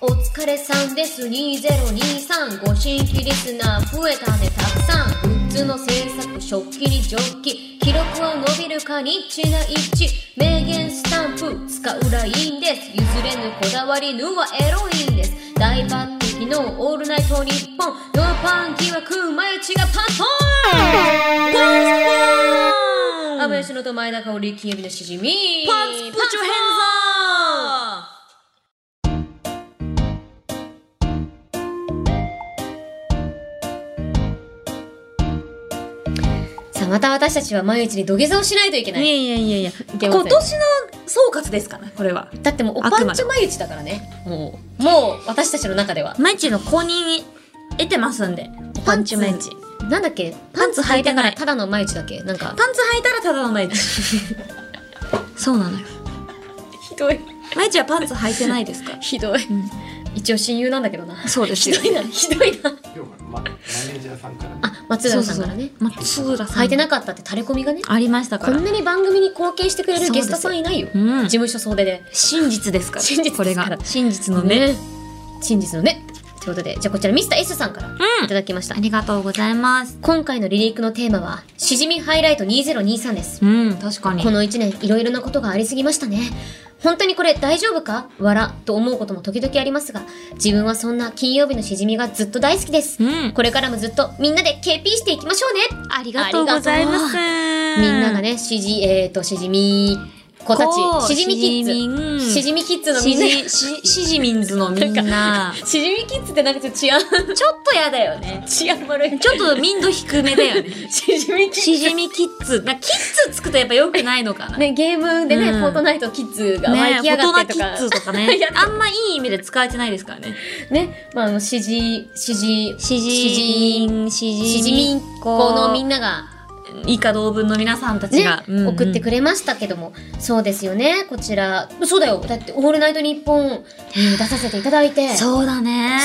Speaker 2: お疲れさんです2023ご新規リスナー増えたねたくさんグッズの制作食器にジョッキ記録は伸びるかニッチな一致名言スタンプ使うラインです譲れぬこだわりぬはエロいんです大抜擢のオールナイトニッポンノーパン疑惑前ちがパントン安倍のと前田香織金曜日のしじみ
Speaker 3: パンツ put your hands up!
Speaker 2: さあまた私たちは毎日に土下座をしないといけないい
Speaker 3: やいやいやいや、
Speaker 2: けません
Speaker 3: 今年の総括ですから、これは。
Speaker 2: だってもうお
Speaker 3: あくまで
Speaker 2: パンチ毎日だからねもうもう私たちの中では
Speaker 3: 毎日の公認得てますんで、パンチ毎日。
Speaker 2: なんだっけ
Speaker 3: パンツ履いてない。
Speaker 2: ただの毎日だっけなんか
Speaker 3: パンツ履いたらただの毎日。 [laughs] そうなのよ。
Speaker 2: ひどい
Speaker 3: 毎日はパンツ履いてないですか
Speaker 2: ひどい、一応親友なんだけどな
Speaker 3: [laughs] そうです
Speaker 2: ひ
Speaker 3: よ
Speaker 2: どいなひどいな
Speaker 4: 今日はまマネージャーさんからね
Speaker 2: あ松浦さんからね
Speaker 3: 松浦さん。
Speaker 2: 履いてなかったって垂れ込みがね
Speaker 3: ありましたか
Speaker 2: こ
Speaker 3: ら
Speaker 2: ん。なに番組に貢献してくれる
Speaker 3: そうで
Speaker 2: ゲ
Speaker 3: す
Speaker 2: ストさんいないよ、
Speaker 3: うん
Speaker 2: 事務所総出で
Speaker 3: 真実ですから。
Speaker 2: 真実です
Speaker 3: こ
Speaker 2: から
Speaker 3: れが。真実のね。
Speaker 2: ね真実のねということでじゃあこちらミスター S さんからいただきました、
Speaker 3: ありがとうございます。
Speaker 2: 今回のリリークのテーマはしじみハイライト2023です
Speaker 3: うん、確かに。
Speaker 2: この一年いろいろなことがありすぎましたね。本当にこれ大丈夫かわらと思うことも時々ありますが、自分はそんな金曜日のしじみがずっと大好きです。
Speaker 3: うん
Speaker 2: これからもずっとみんなで KP していきましょうね。
Speaker 3: ありがとうございます。
Speaker 2: み
Speaker 3: み
Speaker 2: んながね、しじ、えーと、しじみ、子た
Speaker 3: こう
Speaker 2: ち、しじみキ
Speaker 3: しじみう
Speaker 2: ッ
Speaker 3: ん
Speaker 2: ズ。しじみキッズのみ
Speaker 3: シ
Speaker 2: んなが、
Speaker 3: ジ、シシジミンズのみんな。
Speaker 2: しじみキッズってなんかちょっと治安、
Speaker 3: ちょっとやだよね。
Speaker 2: 治安悪い。
Speaker 3: ちょっと民度低めだよね。
Speaker 2: [laughs] しじみキッ
Speaker 3: しじみキッズ。なキッズつくとやっぱ良くないのか
Speaker 2: [laughs]
Speaker 3: な。
Speaker 2: ズ。ね、ゲームでね、
Speaker 3: うん
Speaker 2: フォートナイトキッズが
Speaker 3: ね
Speaker 2: 湧いきやがっ
Speaker 3: 大
Speaker 2: てと
Speaker 3: 人キ
Speaker 2: か
Speaker 3: ッ、ズとか
Speaker 2: [laughs]
Speaker 3: ね
Speaker 2: やっ。
Speaker 3: あんまいい意味で使われてないですからね。
Speaker 2: ね、まあ、あの、しじ、しじ、
Speaker 3: しじみん、しじみ
Speaker 2: しじみんこのみんなが、
Speaker 3: 以下同文の皆さんたち
Speaker 2: ね
Speaker 3: が、うんうん
Speaker 2: 送ってくれましたけどもそうですよねこちらそうだよだって「オールナイトニッポン」に出させていただいてす
Speaker 3: そうだね。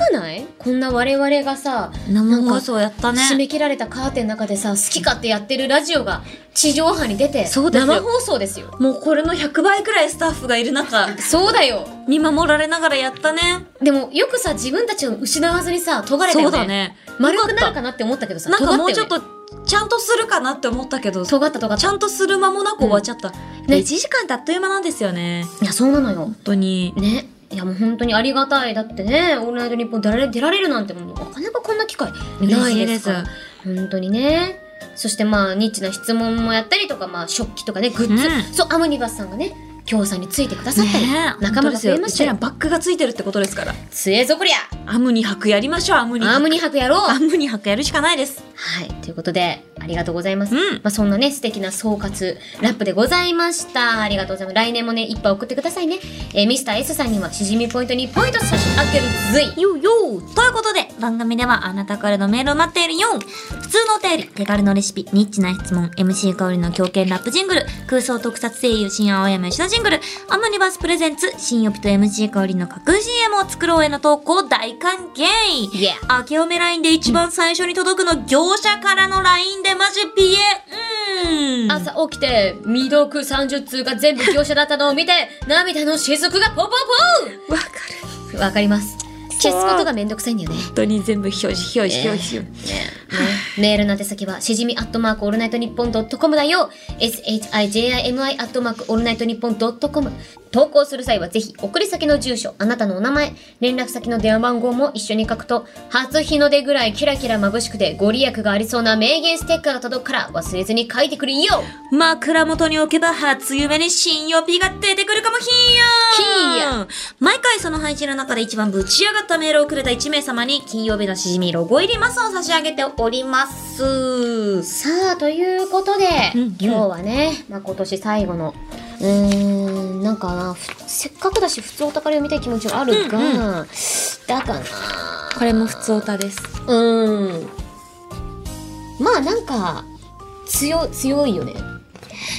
Speaker 2: ごくないこんな我々がさ
Speaker 3: 生放送やったね。
Speaker 2: 締め切られたカーテンの中でさ好き勝手やってるラジオが地上波に出て
Speaker 3: そうですよ
Speaker 2: 生放送ですよ
Speaker 3: もうこれの100倍くらいスタッフがいる中、
Speaker 2: そうだよ
Speaker 3: 見守られながらやったね。
Speaker 2: でもよくさ自分たちを失わずにさ尖れた
Speaker 3: そ
Speaker 2: よ
Speaker 3: うだ
Speaker 2: ね
Speaker 3: ね。
Speaker 2: 丸くなるかなって思ったけどさ
Speaker 3: なんかもうちょ
Speaker 2: 尖
Speaker 3: っ
Speaker 2: よ
Speaker 3: た
Speaker 2: ね
Speaker 3: と、ちゃんとするかなって思ったけど、ち
Speaker 2: 尖った尖った
Speaker 3: ゃんとする間もなく終わっちゃった。
Speaker 2: ね
Speaker 3: 1時間ってあっという間なんですよね。
Speaker 2: いやそうなのよ
Speaker 3: 本当に。
Speaker 2: ねいやもう本当にありがたいだってね「オールナイトニッポン」出られ出られるなんてもうなかなかこんな機会ないですから
Speaker 3: 嬉
Speaker 2: 本当にねそしてまあニッチな質問もやったりとか、まあ、食器とかねグッズ、
Speaker 3: うん
Speaker 2: そうアムニバスさんがね京さんについてくださったり、仲間が増えました
Speaker 3: よ。う
Speaker 2: よ
Speaker 3: ちらバックがついてるってことですから。
Speaker 2: 杖ぞこりゃ
Speaker 3: アムニ博やりましょう、アムニ
Speaker 2: アムニ博やろう
Speaker 3: アムニ博やるしかないです。
Speaker 2: はいということでありがとうございます、
Speaker 3: うん
Speaker 2: まあ、そんなね素敵な総括ラップでございましたありがとうございます来年もねいっぱい送ってくださいね、えー、ミスター s さんにはしじみポイントにポイント差し上げるぜい
Speaker 3: よよということで、番組ではあなたからのメールを待っているよ普通のお便り、手軽のレシピ、ニッチな質問、MC 香りの狂犬ラップジングル、空想特撮声優、新青山吉田ジングル、アムニバスプレゼンツ、新予備と MC 香りの架空 CM を作ろうへの投稿大歓迎
Speaker 2: Yeah
Speaker 3: 明けおめ LINE で一番最初に届くの業者からの LINE でマジピエうん
Speaker 2: 朝起きて未読30通が全部業者だったのを見て涙の雫がポポ
Speaker 3: [laughs] わかる。
Speaker 2: ポわかります消すことがめんどくさいんだよね
Speaker 3: 本当に全部表示、表示、表示。
Speaker 2: メールの宛先はしじみアットマークオールナイトニッポンドットコムだよ shijimi アットマークオールナイトニッポンドットコム投稿する際はぜひ送り先の住所あなたのお名前連絡先の電話番号も一緒に書くと初日の出ぐらいキラキラ眩しくてご利益がありそうな名言ステッカーが届くから忘れずに書いてくれよ
Speaker 3: 枕元に置けば初夢に新予備が出てくるかもひーやー毎回その配信の中で一番ぶち上がったメールをくれた1名様に金曜日のしじみロゴ入りますを差し上げております。
Speaker 2: さあということで、
Speaker 3: うんうん
Speaker 2: 今日はね、まあ、今年最後のうーんなんかなふせっかくだし普通お宝読みたい気持ちはあるが、だか
Speaker 3: これも普通歌です。
Speaker 2: なうーんまあなんか強強いよね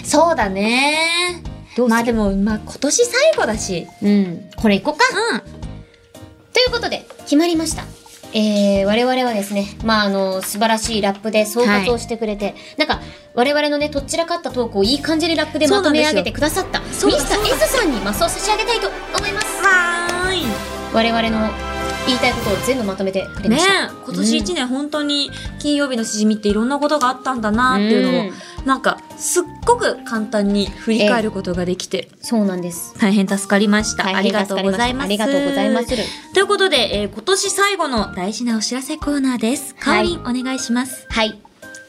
Speaker 3: そうだね
Speaker 2: どうする
Speaker 3: まあでも、まあ今年最後だし。
Speaker 2: うんこれいこうか
Speaker 3: う
Speaker 2: ということで決まりましたえー、我々はですね、まあ、あの、素晴らしいラップで総括をしてくれて、なんか、我々のね、とっちらかったトークをいい感じにラップで
Speaker 3: そ
Speaker 2: ま
Speaker 3: うな
Speaker 2: と
Speaker 3: んで
Speaker 2: め
Speaker 3: すよ
Speaker 2: 上げてくださった、ミス
Speaker 3: そうだ
Speaker 2: ター S さんにマスを差し上げたいと思います。
Speaker 3: はーい。
Speaker 2: 我々の言いたいことを全部まとめてくれま
Speaker 3: ね
Speaker 2: した。
Speaker 3: 今年一年本当に金曜日のしじみっていろんなことがあったんだなっていうのを、なんかすっごく簡単に振り返ることができて、
Speaker 2: そうなんです。
Speaker 3: 大変助かりました。
Speaker 2: 大
Speaker 3: あり
Speaker 2: 変
Speaker 3: がと
Speaker 2: 助か
Speaker 3: うご
Speaker 2: り
Speaker 3: ざ
Speaker 2: し
Speaker 3: いま
Speaker 2: た
Speaker 3: す。
Speaker 2: ありがとうございます。
Speaker 3: ということで、えー今年最後の大事なお知らせコーナーです。かおりん、お願いします。
Speaker 2: はい。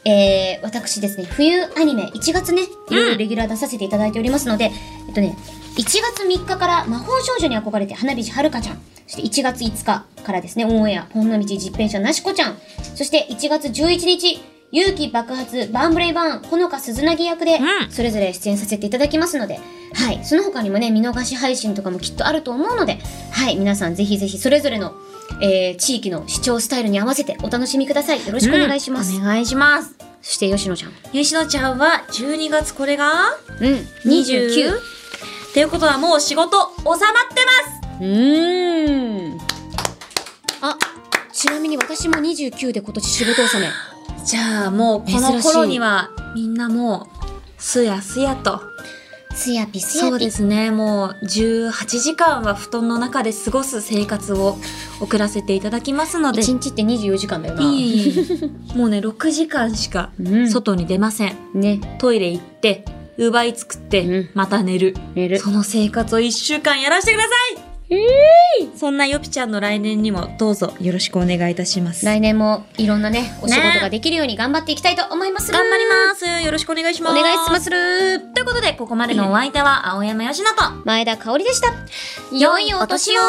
Speaker 2: えー、私ですね、冬アニメ、1月ね、いろいろレギュラー出させていただいておりますので、えっとね、1月3日から魔法少女に憧れて花道はるかちゃん、そして1月5日からですね、オンエア、ほんの道実編者なしこちゃん、そして1月11日、勇気爆発、バンブレイバーン、ほのか鈴なぎ役で
Speaker 3: う、ん
Speaker 2: それぞれ出演させていただきますので、はい、その他にもね、見逃し配信とかもきっとあると思うので、はい、皆さんぜひぜひそれぞれの、えー、地域の視聴スタイルに合わせてお楽しみください。よろしくお願いします。
Speaker 3: うんお願いします。
Speaker 2: そして吉野ちゃん。
Speaker 3: ゆしのちゃんは12月これが
Speaker 2: うん。
Speaker 3: 29? っていうことはもう仕事収まってます
Speaker 2: うーん。あ、ちなみに私も29で今年仕事納め。
Speaker 3: じゃあもうこの
Speaker 2: 珍しい
Speaker 3: 頃にはみんなもうすやすやと。
Speaker 2: すやぴすやぴ。
Speaker 3: そうですね。もう18時間は布団の中で過ごす生活を送らせていただきますので。
Speaker 2: 1日って24時間だよな。
Speaker 3: いえいえ [laughs] もうね、6時間しか
Speaker 2: うん
Speaker 3: 外に出ません。
Speaker 2: ね。
Speaker 3: トイレ行って、奪い作って、
Speaker 2: うん
Speaker 3: また寝る。
Speaker 2: 寝る。
Speaker 3: その生活を1週間やらせてくださいそんなよぴちゃんの来年にもどうぞよろしくお願いいたします。
Speaker 2: 来年もいろんなね、お仕事
Speaker 3: ね
Speaker 2: ができるように頑張っていきたいと思います。
Speaker 3: 頑張りますよろしくお願いします
Speaker 2: お願いします
Speaker 3: ということで、ここまでのお相手は青山よしなと、
Speaker 2: 前田香織でした。
Speaker 3: 良いお年を